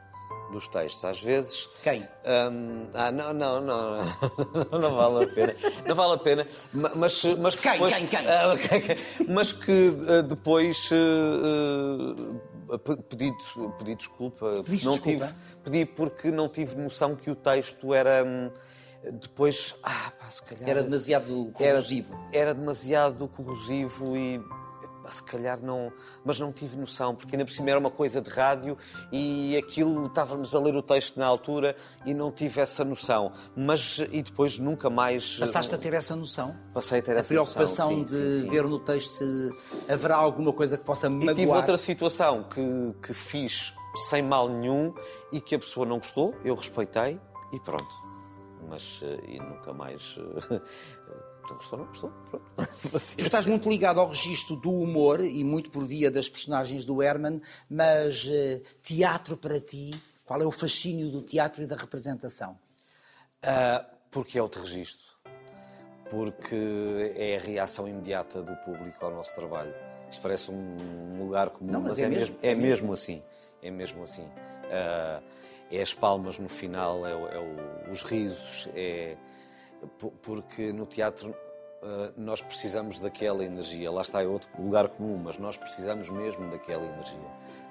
Speaker 2: Dos textos. Às vezes.
Speaker 1: Quem?
Speaker 2: Um, ah, não, não, não, não, não vale a pena. Não vale a pena. Ma- Mas, mas que
Speaker 1: Quem,
Speaker 2: depois-
Speaker 1: quem, quem?
Speaker 2: Ah, ok, ok. mas que uh, depois uh, uh, pe- pedi, des- pedi desculpa. porque não
Speaker 1: desculpa?
Speaker 2: Tive, pedi porque não tive noção que o texto era. hum, Depois. Ah, pá, se calhar.
Speaker 1: Era demasiado
Speaker 2: Era-
Speaker 1: corrosivo.
Speaker 2: Era, demasiado corrosivo e epá, se calhar não, mas não tive noção, porque ainda por cima era uma coisa de rádio e aquilo estávamos a ler o texto na altura e não tive essa noção. Mas e depois nunca mais eh,
Speaker 1: Passaste a ter essa noção?
Speaker 2: passei a ter
Speaker 1: A
Speaker 2: essa
Speaker 1: preocupação
Speaker 2: noção. sim,
Speaker 1: de
Speaker 2: sim, sim.
Speaker 1: ver no texto se haverá alguma coisa que possa
Speaker 2: E
Speaker 1: magoar.
Speaker 2: tive outra situação que, que fiz sem mal nenhum e que a pessoa não gostou, eu respeitei e pronto. Mas eh, e nunca mais. eh, Não gostou, não gostou, pronto.
Speaker 1: Tu estás muito ligado ao registro do humor e muito por via das personagens do Herman, mas eh, teatro para ti, qual é o fascínio do teatro e da representação?
Speaker 2: Ah, porque é outro registro. Porque é a reação imediata do público ao nosso trabalho. Isto parece um lugar comum,
Speaker 1: Não, mas
Speaker 2: mas,
Speaker 1: é
Speaker 2: é,
Speaker 1: mesmo,
Speaker 2: mesmo, é mesmo assim. É mesmo assim. Ah, é as palmas no final, é, o- é o- os risos, é. po- Porque no teatro ah, nós precisamos daquela energia. Lá está, é outro lugar comum, mas nós precisamos mesmo daquela energia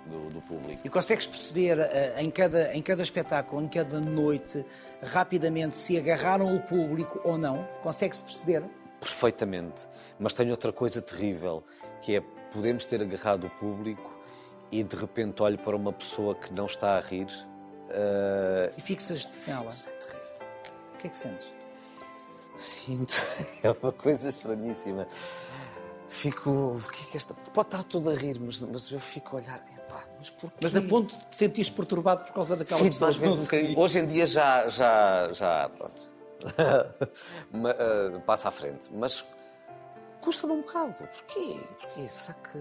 Speaker 2: do- do público.
Speaker 1: E consegues perceber eh, em cada, em cada espetáculo, em cada noite, rapidamente se agarraram o público ou não? Consegues perceber?
Speaker 2: perfeitamente. Mas tenho outra coisa terrível, que é podemos ter agarrado o público e de repente olho para uma pessoa que não está a rir. ah,
Speaker 1: E fixas-te nela? O que é que sentes?
Speaker 2: sinto, é uma coisa estranhíssima. Fico, o que é que esta. Pode estar tudo a rir, mas, mas eu fico a olhar, epá, mas porquê?
Speaker 1: Mas a ponto de te sentires perturbado por causa daquela
Speaker 2: Sim,
Speaker 1: pessoa.
Speaker 2: às vezes um bocadinho. Hoje em dia já. já, já pronto. Ma- ah, passa à frente. Mas custa-me um bocado. Porquê? Porquê? Será que.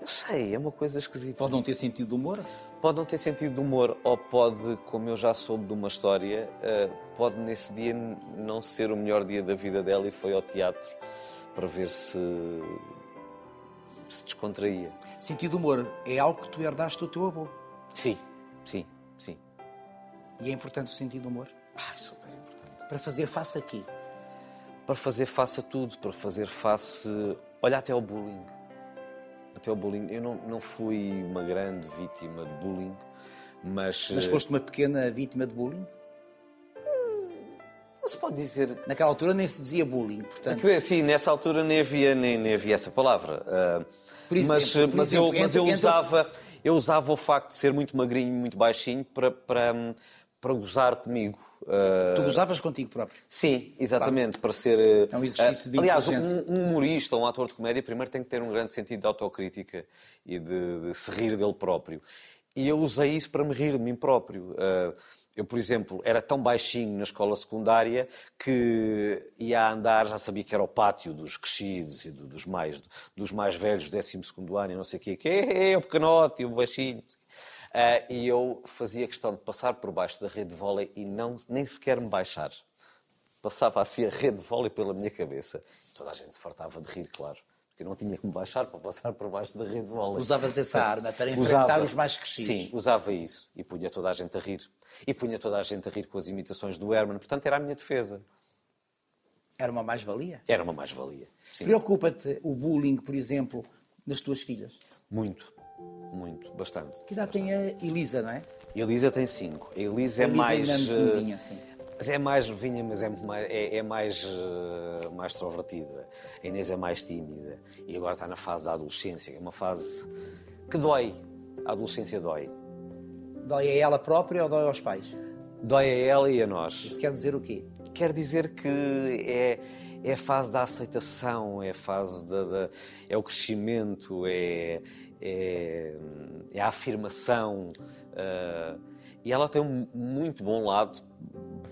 Speaker 2: Eu sei, é uma coisa esquisita.
Speaker 1: Pode não ter sentido de humor?
Speaker 2: Pode não ter sentido de humor, ou pode, como eu já soube de uma história, ah, pode nesse dia n- não ser o melhor dia da vida dela e foi ao teatro para ver se. se descontraía.
Speaker 1: Sentido de humor é algo que tu herdaste do teu avô.
Speaker 2: Sim, sim, sim.
Speaker 1: E é importante o sentido de humor.
Speaker 2: Ai, super importante.
Speaker 1: Para fazer face aqui.
Speaker 2: para fazer face a tudo, para fazer face. Olha, até ao bullying. Até ao bullying. Eu não, não fui uma grande vítima de bullying, mas.
Speaker 1: Mas
Speaker 2: eh,
Speaker 1: foste uma pequena vítima de bullying?
Speaker 2: Não se pode dizer. É
Speaker 1: Naquela altura nem se dizia bullying, portanto.
Speaker 2: Que, sim, nessa altura nem havia, nem, nem havia essa palavra. Ah,
Speaker 1: Por exemplo,
Speaker 2: mas eh,
Speaker 1: por
Speaker 2: mas,
Speaker 1: exemplo,
Speaker 2: eu, mas
Speaker 1: entre-
Speaker 2: eu
Speaker 1: entre-
Speaker 2: usava, eu usava o facto de ser muito magrinho, muito baixinho, para, para, hum, para gozar comigo. Ah,
Speaker 1: Tu gozavas contigo próprio.
Speaker 2: Sim, exatamente, para ser. eh,
Speaker 1: É um exercício
Speaker 2: eh,
Speaker 1: de
Speaker 2: Aliás,
Speaker 1: inteligência.
Speaker 2: um, um humorista ou um ator de comédia primeiro tem que ter um grande sentido de autocrítica e de, de se rir dele próprio. E eu usei isso para me rir de mim próprio. Eh, eu, por exemplo, era tão baixinho na escola secundária que ia a andar, já sabia que era o pátio dos crescidos e do- dos, mais, dos mais velhos, do 12 ano e não sei o quê, que é, é o pequenote e o baixinho. Eh, e eu fazia questão de passar por baixo da rede de vôlei e não, nem sequer me baixar passava assim a rede de vôlei pela minha cabeça. Toda a gente se fartava de rir, claro. Porque eu não tinha que me baixar para passar por baixo da rede de vôlei.
Speaker 1: Usavas essa arma para enfrentar
Speaker 2: Eh. Usava.
Speaker 1: os mais crescidos.
Speaker 2: Sim, usava isso. E punha toda a gente a rir. E punha toda a gente a rir com as imitações do Herman. Portanto, era a minha defesa.
Speaker 1: Era uma mais-valia.
Speaker 2: Era uma mais-valia. Sim.
Speaker 1: Preocupa-te o bullying, por exemplo, nas tuas filhas?
Speaker 2: Muito. Muito. Bastante.
Speaker 1: Que idade tem a Elisa, não é?
Speaker 2: Elisa tem cinco. A Elisa
Speaker 1: Elisa
Speaker 2: é
Speaker 1: ainda
Speaker 2: mais.
Speaker 1: é muito
Speaker 2: eh,
Speaker 1: novinha, sim.
Speaker 2: Mas é mais novinha, mas é, mais- é, é mais, eh, mais extrovertida. A Inês é mais tímida. E agora está na fase da adolescência, que é uma fase que dói. A adolescência dói.
Speaker 1: Dói a ela própria ou dói aos pais?
Speaker 2: Dói a ela e a nós.
Speaker 1: Isso quer dizer o quê?
Speaker 2: Quer dizer que é, é a fase da aceitação, é a fase da, da- é o crescimento, é, é, é a afirmação. ah, e ela tem um muito bom lado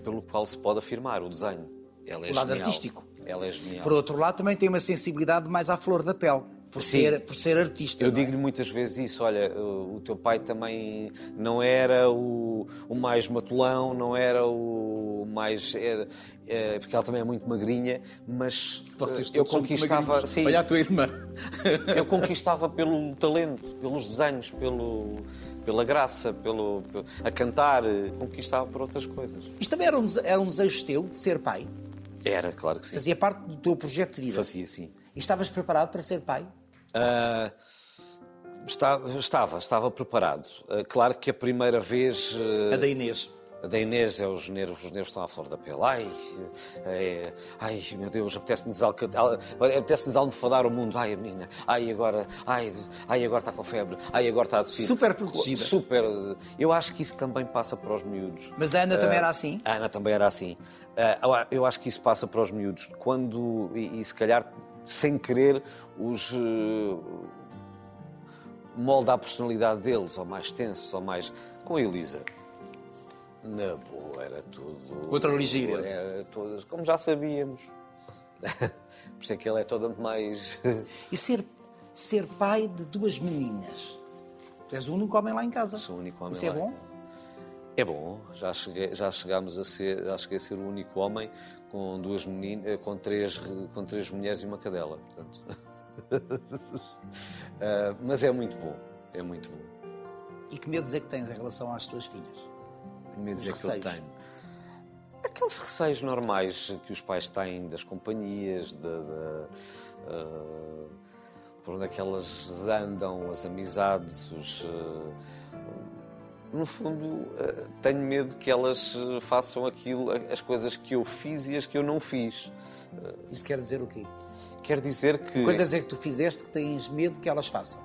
Speaker 2: pelo qual se pode afirmar, o desenho. Ela é
Speaker 1: O lado
Speaker 2: genial.
Speaker 1: artístico.
Speaker 2: Ela é genial.
Speaker 1: Por outro lado, também tem uma sensibilidade mais à flor da pele, por,
Speaker 2: Sim.
Speaker 1: ser, por ser artista.
Speaker 2: Eu
Speaker 1: não é?
Speaker 2: digo-lhe muitas vezes isso, olha, o o teu pai também não era o, o mais matulão, não era o mais... Era, eh, porque ela também é muito magrinha, mas eh, eu conquistava... Sim,
Speaker 4: Olha a tua irmã.
Speaker 2: eu conquistava pelo talento, pelos desenhos, pelo, pela graça, pelo, pe- a cantar, eh, conquistava por outras coisas.
Speaker 1: Isto também era um, dese- era um desejo teu de ser pai?
Speaker 2: Era, claro que sim.
Speaker 1: Fazia parte do teu projeto de vida?
Speaker 2: Fazia, sim.
Speaker 1: E estavas preparado para ser pai?
Speaker 2: Ah, esta- estava, estava preparado. Ah, claro que a primeira vez... eh,
Speaker 1: A da Inês.
Speaker 2: A da Inês é os nervos, os nervos estão à flor da pele. Ai, é, ai meu Deus, apetece-me desalca- al- apetece-me desalmofadar o mundo. Ai, a menina, ai, agora, ai, ai, agora está com febre, ai, agora está a tossir.
Speaker 1: Super protegida.
Speaker 2: Super. Eu acho que isso também passa para os miúdos.
Speaker 1: Mas a Ana também era assim?
Speaker 2: A Ana também era assim. Ah, eu a- eu acho que isso passa para os miúdos. Quando, e, e se calhar, sem querer, os. eh, molda a personalidade deles, ou mais tensos, ou mais. Com a Elisa. Na boa, era tudo.
Speaker 1: Outra ligidez.
Speaker 2: Era todas, como já sabíamos. Por isso é que ele é todo mais.
Speaker 1: E ser, ser pai de duas meninas? Tu és o único homem lá em casa.
Speaker 2: Sou o único homem
Speaker 1: Isso é
Speaker 2: lá.
Speaker 1: bom?
Speaker 2: É bom, já, cheguei, já chegámos a ser, já cheguei a ser o único homem com duas meninas, eh, com três, re- com três mulheres e uma cadela, portanto. Ah, mas é muito bom, é muito bom.
Speaker 1: E que medos é que tens em relação às tuas filhas?
Speaker 2: Que medos é
Speaker 1: Os
Speaker 2: que eu
Speaker 1: receios.
Speaker 2: tenho? Aqueles receios normais que os pais têm das companhias, de, de, ah, por onde é que elas andam, as amizades, os. ah, no fundo, ah, tenho medo que elas ah, façam aquilo, as coisas que eu fiz e as que eu não fiz.
Speaker 1: Isso quer dizer o quê?
Speaker 2: Quer dizer que.
Speaker 1: Coisas é que tu fizeste que tens medo que elas façam.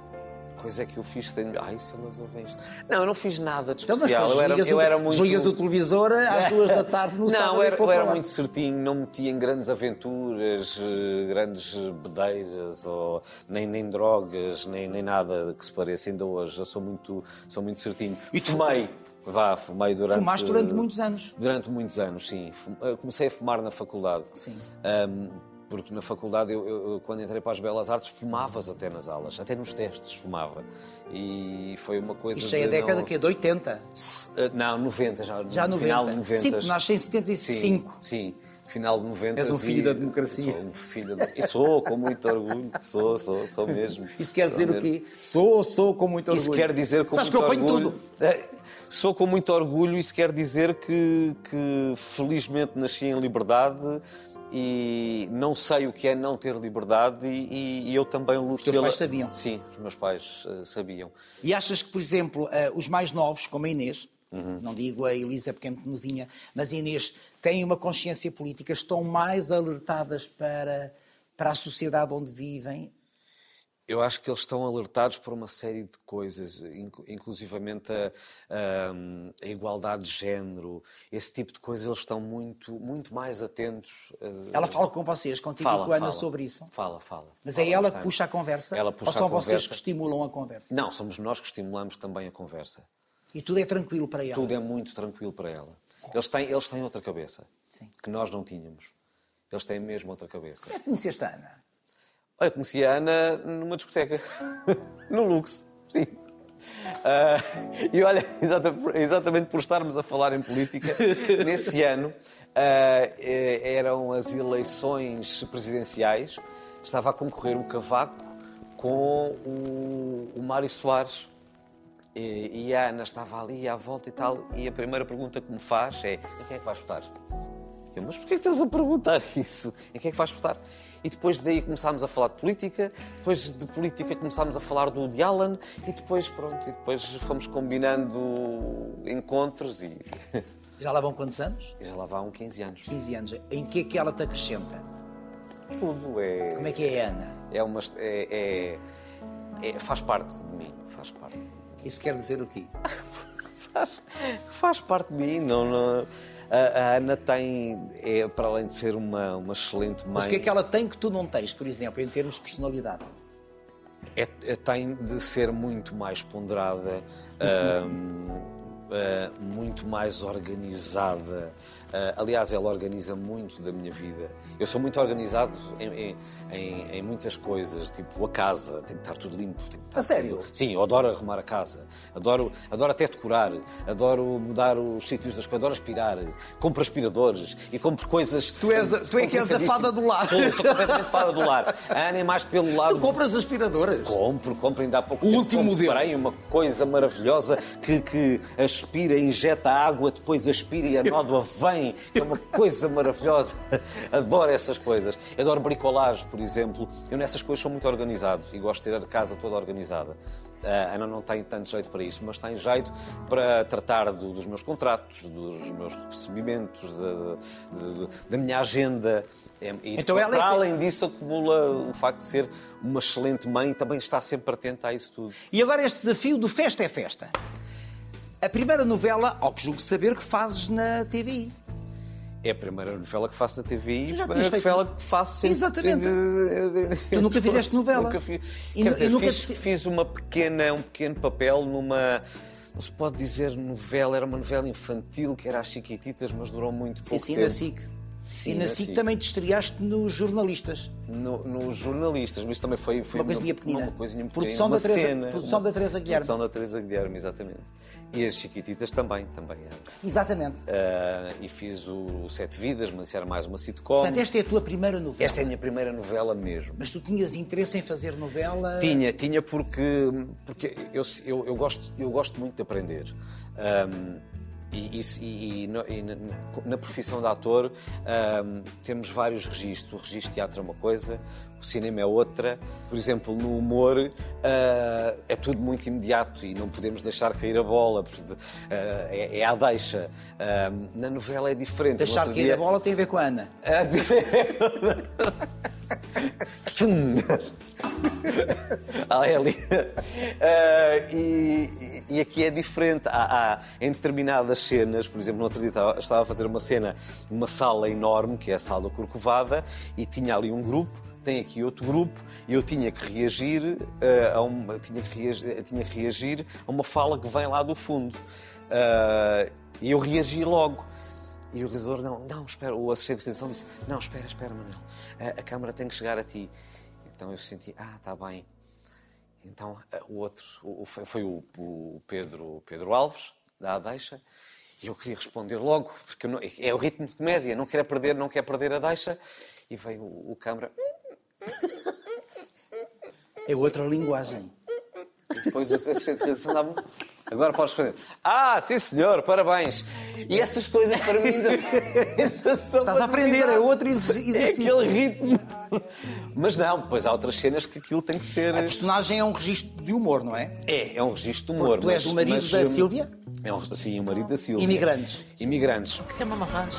Speaker 2: Coisa é que eu fiz, tenho. Ai, se elas ouvem isto. Não, eu não fiz nada de
Speaker 1: Então, mas,
Speaker 2: especial.
Speaker 1: pô,
Speaker 2: eu era,
Speaker 1: desligas
Speaker 2: eu
Speaker 1: o-
Speaker 2: era muito.
Speaker 1: Desligas o televisor às duas da tarde no sábado.
Speaker 2: Não,
Speaker 1: e
Speaker 2: era,
Speaker 1: vou
Speaker 2: eu era
Speaker 1: para lá.
Speaker 2: muito certinho, não metia em grandes aventuras, eh, grandes bedeiras, ou nem, nem drogas, nem, nem nada que se pareça. Ainda hoje eu sou muito, sou muito certinho. E tomei. Vá, fumei durante.
Speaker 1: Fumaste durante muitos anos.
Speaker 2: Durante muitos anos, sim. Fu- eh, Comecei a fumar na faculdade.
Speaker 1: Sim.
Speaker 2: Ahm, porque na faculdade, eu, eu- eu, quando entrei para as Belas Artes, fumavas até nas aulas, até nos testes fumava. E foi uma coisa.
Speaker 1: Isto já é a
Speaker 2: de
Speaker 1: década
Speaker 2: não-
Speaker 1: que é de 80.
Speaker 2: Se- eh, Não, 90, já,
Speaker 1: Já
Speaker 2: no
Speaker 1: 90.
Speaker 2: final de 90.
Speaker 1: Sim, porque nasci em 75.
Speaker 2: Sim, sim. Final de 90.
Speaker 4: És um filho
Speaker 2: e-
Speaker 4: da democracia.
Speaker 2: Sou um filho da... e Sou, com muito orgulho. Sou, sou, sou mesmo.
Speaker 1: Isso quer
Speaker 2: Sou
Speaker 1: dizer o
Speaker 2: mesmo.
Speaker 1: quê?
Speaker 4: Sou ou sou com muito orgulho.
Speaker 2: Isso quer dizer com
Speaker 1: Sabes que
Speaker 2: muito
Speaker 1: eu apanho
Speaker 2: orgulho.
Speaker 1: tudo.
Speaker 2: Eh, Sou com muito orgulho, isso quer dizer que, que felizmente nasci em liberdade e não sei o que é não ter liberdade e, e- e eu também luto Os
Speaker 1: teus pais sabiam?
Speaker 2: Sim, os meus pais eh, sabiam.
Speaker 1: E achas que, por exemplo, eh, os mais novos, como a Inês,
Speaker 2: Uhum.
Speaker 1: não digo a Elisa porque é muito novinha, mas a Inês têm uma consciência política, estão mais alertadas para, para a sociedade onde vivem?
Speaker 2: Eu acho que eles estão alertados para uma série de coisas, inc- inclusivamente a, a- a igualdade de género, esse tipo de coisas, eles estão muito, muito mais atentos. eh,
Speaker 1: Ela fala com vocês, contigo e com a Ana sobre isso?
Speaker 2: Fala, fala.
Speaker 1: Mas
Speaker 2: Fala
Speaker 1: é ela que
Speaker 2: bastante.
Speaker 1: puxa a conversa?
Speaker 2: Ela puxa
Speaker 1: ou são
Speaker 2: a conversa.
Speaker 1: vocês que estimulam a conversa?
Speaker 2: Não, somos nós que estimulamos também a conversa.
Speaker 1: E tudo é tranquilo para ela?
Speaker 2: Tudo é muito tranquilo para ela. Eles têm, eles têm outra cabeça
Speaker 1: Sim.
Speaker 2: que nós não tínhamos. Eles têm mesmo outra cabeça.
Speaker 1: Como é que conheceste a Ana?
Speaker 2: Olha, conheci a Ana numa discoteca, no Lux, sim. Ah, e olha, exata- exatamente por estarmos a falar em política, nesse ano ah, eh, eram as eleições presidenciais, estava a concorrer o Cavaco com o, o Mário Soares. E, e a Ana estava ali à volta e tal, e a primeira pergunta que me faz é: em quem é que vais votar? Eu, mas porquê que estás a perguntar isso? Em quem é que vais votar? E depois daí começámos a falar de política, depois de política começámos a falar do Woody Allen e depois, pronto, e depois fomos combinando encontros e.
Speaker 1: Já lá vão quantos anos?
Speaker 2: E já lá vão 15 anos.
Speaker 1: 15 anos. Em que é que ela te acrescenta?
Speaker 2: Tudo é.
Speaker 1: Como é que é a Ana?
Speaker 2: É uma. É, é- é- faz parte de mim. Faz parte.
Speaker 1: Isso quer dizer o quê?
Speaker 2: Faz, faz parte de mim. Não, não- A, a Ana tem. É, para além de ser uma, uma excelente mãe.
Speaker 1: Mas o que é que ela tem que tu não tens, por exemplo, em termos de personalidade?
Speaker 2: é, é- tem de ser muito mais ponderada, ahm, ah, muito mais organizada. Ah, aliás, ela organiza muito da minha vida. Eu sou muito organizado em, em- em- em muitas coisas, tipo a casa, tem que estar tudo limpo. Tem que estar
Speaker 1: A sério?
Speaker 2: tudo- Sim, eu adoro arrumar a casa, adoro, adoro até decorar, adoro mudar os sítios das coisas, adoro aspirar, compro aspiradores e compro coisas.
Speaker 1: Tu és a- tu é que és a fada do lar.
Speaker 2: Sou, sou completamente fada do lar. A Ana é mais pelo lado
Speaker 1: Tu compras aspiradoras?
Speaker 2: Compro, compro ainda há pouco
Speaker 1: O
Speaker 2: tempo.
Speaker 1: último
Speaker 2: comprei uma coisa maravilhosa que, que aspira, injeta água, depois aspira e a nódoa vem. É uma coisa maravilhosa. Adoro essas coisas. Adoro bricolagem, por exemplo. Eu nessas coisas sou muito organizado e gosto de ter a casa toda organizada. A Ana não tem tanto jeito para isso, mas tem jeito para tratar do- dos meus contratos, dos meus recebimentos, da- da- da- da minha agenda. É- e
Speaker 1: Então ela é
Speaker 2: para
Speaker 1: que-
Speaker 2: além disso, acumula o facto de ser uma excelente mãe, também está sempre atenta a isso tudo.
Speaker 1: E agora este desafio do Festa é Festa. A primeira novela, ao que julgo saber, que fazes na TVI.
Speaker 2: É a primeira novela que faço na TV e
Speaker 1: Tu
Speaker 2: a
Speaker 1: já tinhas
Speaker 2: primeira
Speaker 1: feito- um-
Speaker 2: novela que faço sem-
Speaker 1: Exatamente. Tu nunca fizeste novela.
Speaker 2: Nunca fi-
Speaker 1: E
Speaker 2: Quer
Speaker 1: nu-
Speaker 2: dizer,
Speaker 1: e nunca
Speaker 2: fiz,
Speaker 1: te-
Speaker 2: fiz uma pequena, um pequeno papel numa. Não se pode dizer novela, era uma novela infantil que era às Chiquititas, mas durou muito
Speaker 1: Sim,
Speaker 2: pouco
Speaker 1: sim,
Speaker 2: tempo.
Speaker 1: na SIC.
Speaker 2: Sim,
Speaker 1: e na,
Speaker 2: na
Speaker 1: SIC,
Speaker 2: SIC.
Speaker 1: também te estreaste nos jornalistas.
Speaker 2: No- Nos jornalistas, mas isso também foi, foi
Speaker 1: Uma coisinha pequenina.
Speaker 2: Uma coisinha pequena,
Speaker 1: Produção
Speaker 2: uma
Speaker 1: da Teresa-
Speaker 2: cena,
Speaker 1: produção
Speaker 2: uma-
Speaker 1: da Teresa Guilherme.
Speaker 2: Produção da Teresa Guilherme, exatamente. E as Chiquititas também, também era.
Speaker 1: Exatamente.
Speaker 2: Ah, e fiz o Sete Vidas, mas isso era mais uma sitcom.
Speaker 1: Portanto, esta é a tua primeira novela.
Speaker 2: Esta é a minha primeira novela mesmo.
Speaker 1: Mas tu tinhas interesse em fazer novela?
Speaker 2: Tinha, tinha porque, porque eu, eu, eu gosto, eu gosto muito de aprender. Ahm, e, e se- e- e no- e na, na profissão de ator ahm, temos vários registros. O registro de teatro é uma coisa, o cinema é outra. Por exemplo, no humor ah, é tudo muito imediato e não podemos deixar cair a bola, porque ah, é, é à deixa. Ahm, na novela é diferente. No
Speaker 1: Deixar
Speaker 2: outro
Speaker 1: cair
Speaker 2: dia- É
Speaker 1: a bola tem a ver com a Ana.
Speaker 2: a dizer- Tum. Ah, é ali. Ah, e, e aqui é diferente. Há, há- em determinadas cenas, por exemplo, no outro dia estava, estava a fazer uma cena numa sala enorme, que é a sala da Corcovada, e tinha ali um grupo. Tem aqui outro grupo e eu tinha que reagir, ah, a uma, tinha, que reagir, tinha que reagir a uma fala que vem lá do fundo. Ah, e eu reagi logo. E o realizador, não, não, espera. O assistente de realização disse, não, espera, espera, Manel. Ah, A, a câmara tem que chegar a ti. Então eu senti, ah, está bem. Então a- o outro, o- o- foi, foi o, o Pedro, o Pedro Alves, da Adeixa, e eu queria responder logo, porque eu não- é o ritmo de comédia, não quero perder, não quero perder a deixa. E veio o, o câmara,
Speaker 1: É outra linguagem.
Speaker 2: Depois o assistente de redação dava-me. Agora podes responder. Ah, sim senhor, parabéns. E essas coisas para mim ainda, ainda são.
Speaker 1: Estás a
Speaker 2: uma
Speaker 1: aprender, é
Speaker 2: novidade.
Speaker 1: outro exer-
Speaker 2: É
Speaker 1: exercício.
Speaker 2: aquele ritmo. Mas não, depois há outras cenas que aquilo tem que ser.
Speaker 1: A personagem é um registro de humor, não é?
Speaker 2: É, é um registro de humor.
Speaker 1: Porque tu és
Speaker 2: mas-
Speaker 1: o marido
Speaker 2: mas,
Speaker 1: da
Speaker 2: hum,
Speaker 1: Sílvia?
Speaker 2: É um, sim, o marido da Silvia.
Speaker 1: Imigrantes.
Speaker 2: Imigrantes.
Speaker 4: O que a mamãe faz?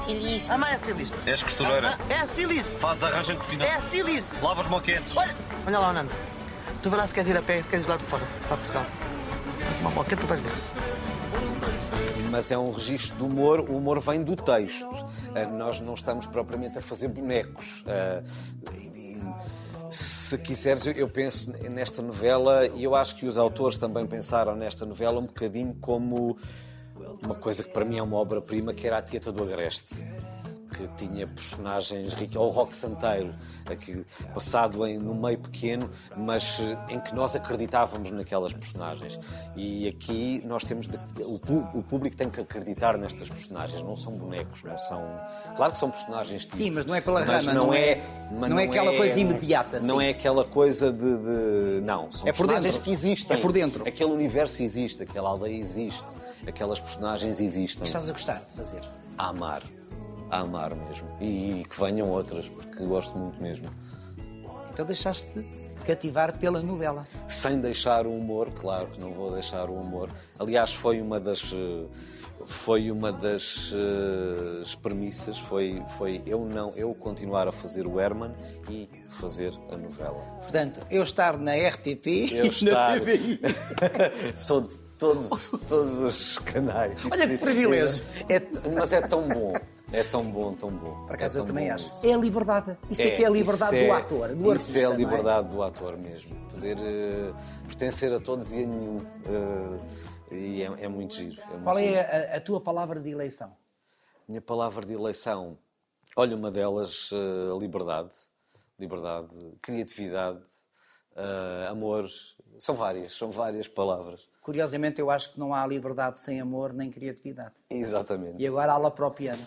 Speaker 4: Estilista. A mãe é estilista.
Speaker 5: És costureira,
Speaker 4: É estilista.
Speaker 5: fazes arranjo em cortina,
Speaker 4: É estilista.
Speaker 5: lavas moquetes.
Speaker 4: Olha, olha lá, Nando. Tu verás se queres ir a pé, se queres ir lá de fora, para Portugal. Mamãe, o que é que tu vais ver?
Speaker 2: mas é um registro de humor. O humor vem do texto. Ah, Nós não estamos propriamente a fazer bonecos. Ah, e- e Se quiseres, eu- eu penso nesta novela e eu acho que os autores também pensaram nesta novela um bocadinho como uma coisa que para mim é uma obra-prima, que era a Tieta do Agreste que tinha personagens ricas, ou rock santeiro, a que- passado em, no meio pequeno, mas eh, em que nós acreditávamos naquelas personagens. E aqui nós temos de- o, pu- o público tem que acreditar nestas personagens, não são bonecos, não são. Claro que são personagens
Speaker 1: Sim, mas não é pela
Speaker 2: mas
Speaker 1: rama,
Speaker 2: não,
Speaker 1: não é-
Speaker 2: é,
Speaker 1: não
Speaker 2: mas
Speaker 1: é aquela coisa imediata,
Speaker 2: Não
Speaker 1: sim.
Speaker 2: é aquela coisa de. de- não, são
Speaker 1: É por
Speaker 2: personagens
Speaker 1: dentro.
Speaker 2: que existem.
Speaker 1: É por dentro.
Speaker 2: Aquele universo existe, aquela aldeia existe, aquelas personagens existem
Speaker 1: Estás a gostar de fazer.
Speaker 2: a amar. A amar mesmo. E, que venham outras, porque gosto muito mesmo.
Speaker 1: Então deixaste cativar pela novela.
Speaker 2: sem deixar o humor, claro que não vou deixar o humor. Aliás, foi uma das eh, foi uma das eh, premissas, foi foi eu não, eu continuar a fazer o Herman e fazer a novela.
Speaker 1: Portanto, eu estar na RTP
Speaker 2: Eu
Speaker 1: e
Speaker 2: estar-
Speaker 1: na
Speaker 2: É
Speaker 1: TVI.
Speaker 2: Sou de todos todos os canais.
Speaker 1: Olha que privilégio.
Speaker 2: É, mas é tão bom. É tão bom, tão bom.
Speaker 1: Por acaso
Speaker 2: é
Speaker 1: eu
Speaker 2: tão
Speaker 1: também
Speaker 2: bom
Speaker 1: acho.
Speaker 2: isso.
Speaker 1: É a liberdade. Isso é, que é a liberdade
Speaker 2: isso
Speaker 1: do
Speaker 2: é-
Speaker 1: ator, do
Speaker 2: Isso
Speaker 1: artista.
Speaker 2: é a
Speaker 1: não
Speaker 2: liberdade do ator mesmo. Poder eh, pertencer a todos e a nenhum. eh, e é, é muito giro. é muito
Speaker 1: Qual
Speaker 2: giro.
Speaker 1: é a, a tua palavra de eleição?
Speaker 2: Minha palavra de eleição. Olha, uma delas, eh, liberdade. Liberdade, criatividade, eh, amor. São várias, são várias palavras.
Speaker 1: Curiosamente, eu acho que não há liberdade sem amor nem criatividade.
Speaker 2: Exatamente.
Speaker 1: E agora ala para o piano.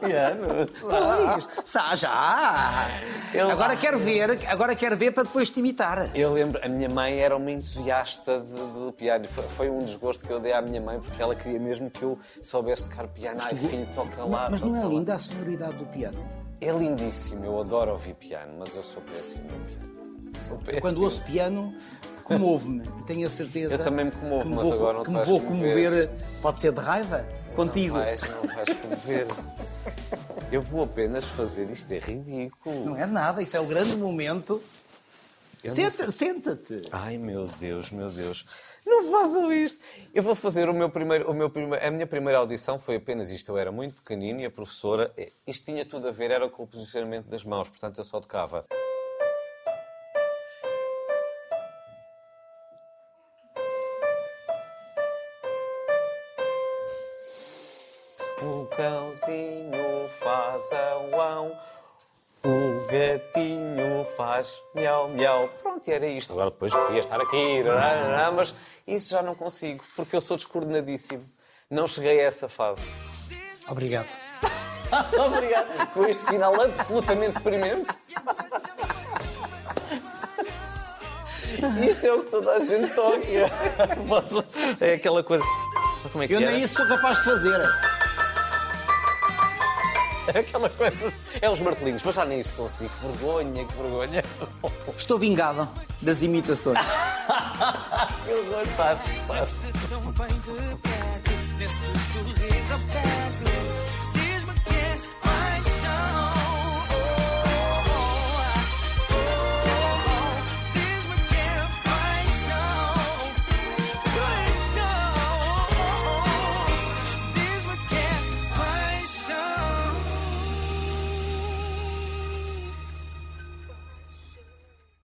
Speaker 2: Piano. Então
Speaker 1: Sá, já!
Speaker 2: Ele-
Speaker 1: Agora quero ver, agora quero ver para depois te imitar.
Speaker 2: Eu lembro, a minha mãe era uma entusiasta de, de piano. Foi, foi um desgosto que eu dei à minha mãe porque ela queria mesmo que eu soubesse tocar piano. Ai, filho, toca lá.
Speaker 1: Mas não
Speaker 2: toca
Speaker 1: é
Speaker 2: lá.
Speaker 1: linda a sonoridade do piano?
Speaker 2: É lindíssimo, eu adoro ouvir piano, mas eu sou péssimo em piano. Sou péssimo.
Speaker 1: Quando ouço piano, comovo-me. Eu Tenho a certeza.
Speaker 2: Eu também me comovo,
Speaker 1: que me
Speaker 2: mas
Speaker 1: vou-
Speaker 2: agora não te
Speaker 1: que me
Speaker 2: vais
Speaker 1: vou
Speaker 2: comover.
Speaker 1: comover. Pode ser de raiva? Contigo.
Speaker 2: Não vais, não vais comer. Eu vou apenas fazer isto, é ridículo.
Speaker 1: Não é nada, isso é o grande momento. Senta- Senta-te.
Speaker 2: Ai meu Deus, meu Deus. Não façam isto. Eu vou fazer o meu primeiro, o meu primeiro, a minha primeira audição foi apenas isto. Eu era muito pequenino e a professora, eh, isto tinha tudo a ver era com o posicionamento das mãos, portanto eu só tocava. O Um cãozinho faz a uau, o gatinho faz miau miau. Pronto, e era isto. Agora depois podia estar aqui, rarará, mas isso já não consigo, porque eu sou descoordenadíssimo. Não cheguei a essa fase.
Speaker 1: Obrigado.
Speaker 2: Obrigado com este final absolutamente deprimente. Isto é o que toda a gente toca. Posso- É aquela coisa. Como é que
Speaker 1: Eu
Speaker 2: era?
Speaker 1: nem isso sou capaz de fazer.
Speaker 2: Aquela coisa. É os martelinhos, mas já nem isso consigo. Que vergonha, que vergonha.
Speaker 1: Estou vingado das imitações.
Speaker 2: Que horror, faz, faz.
Speaker 6: Nesse sorriso aperto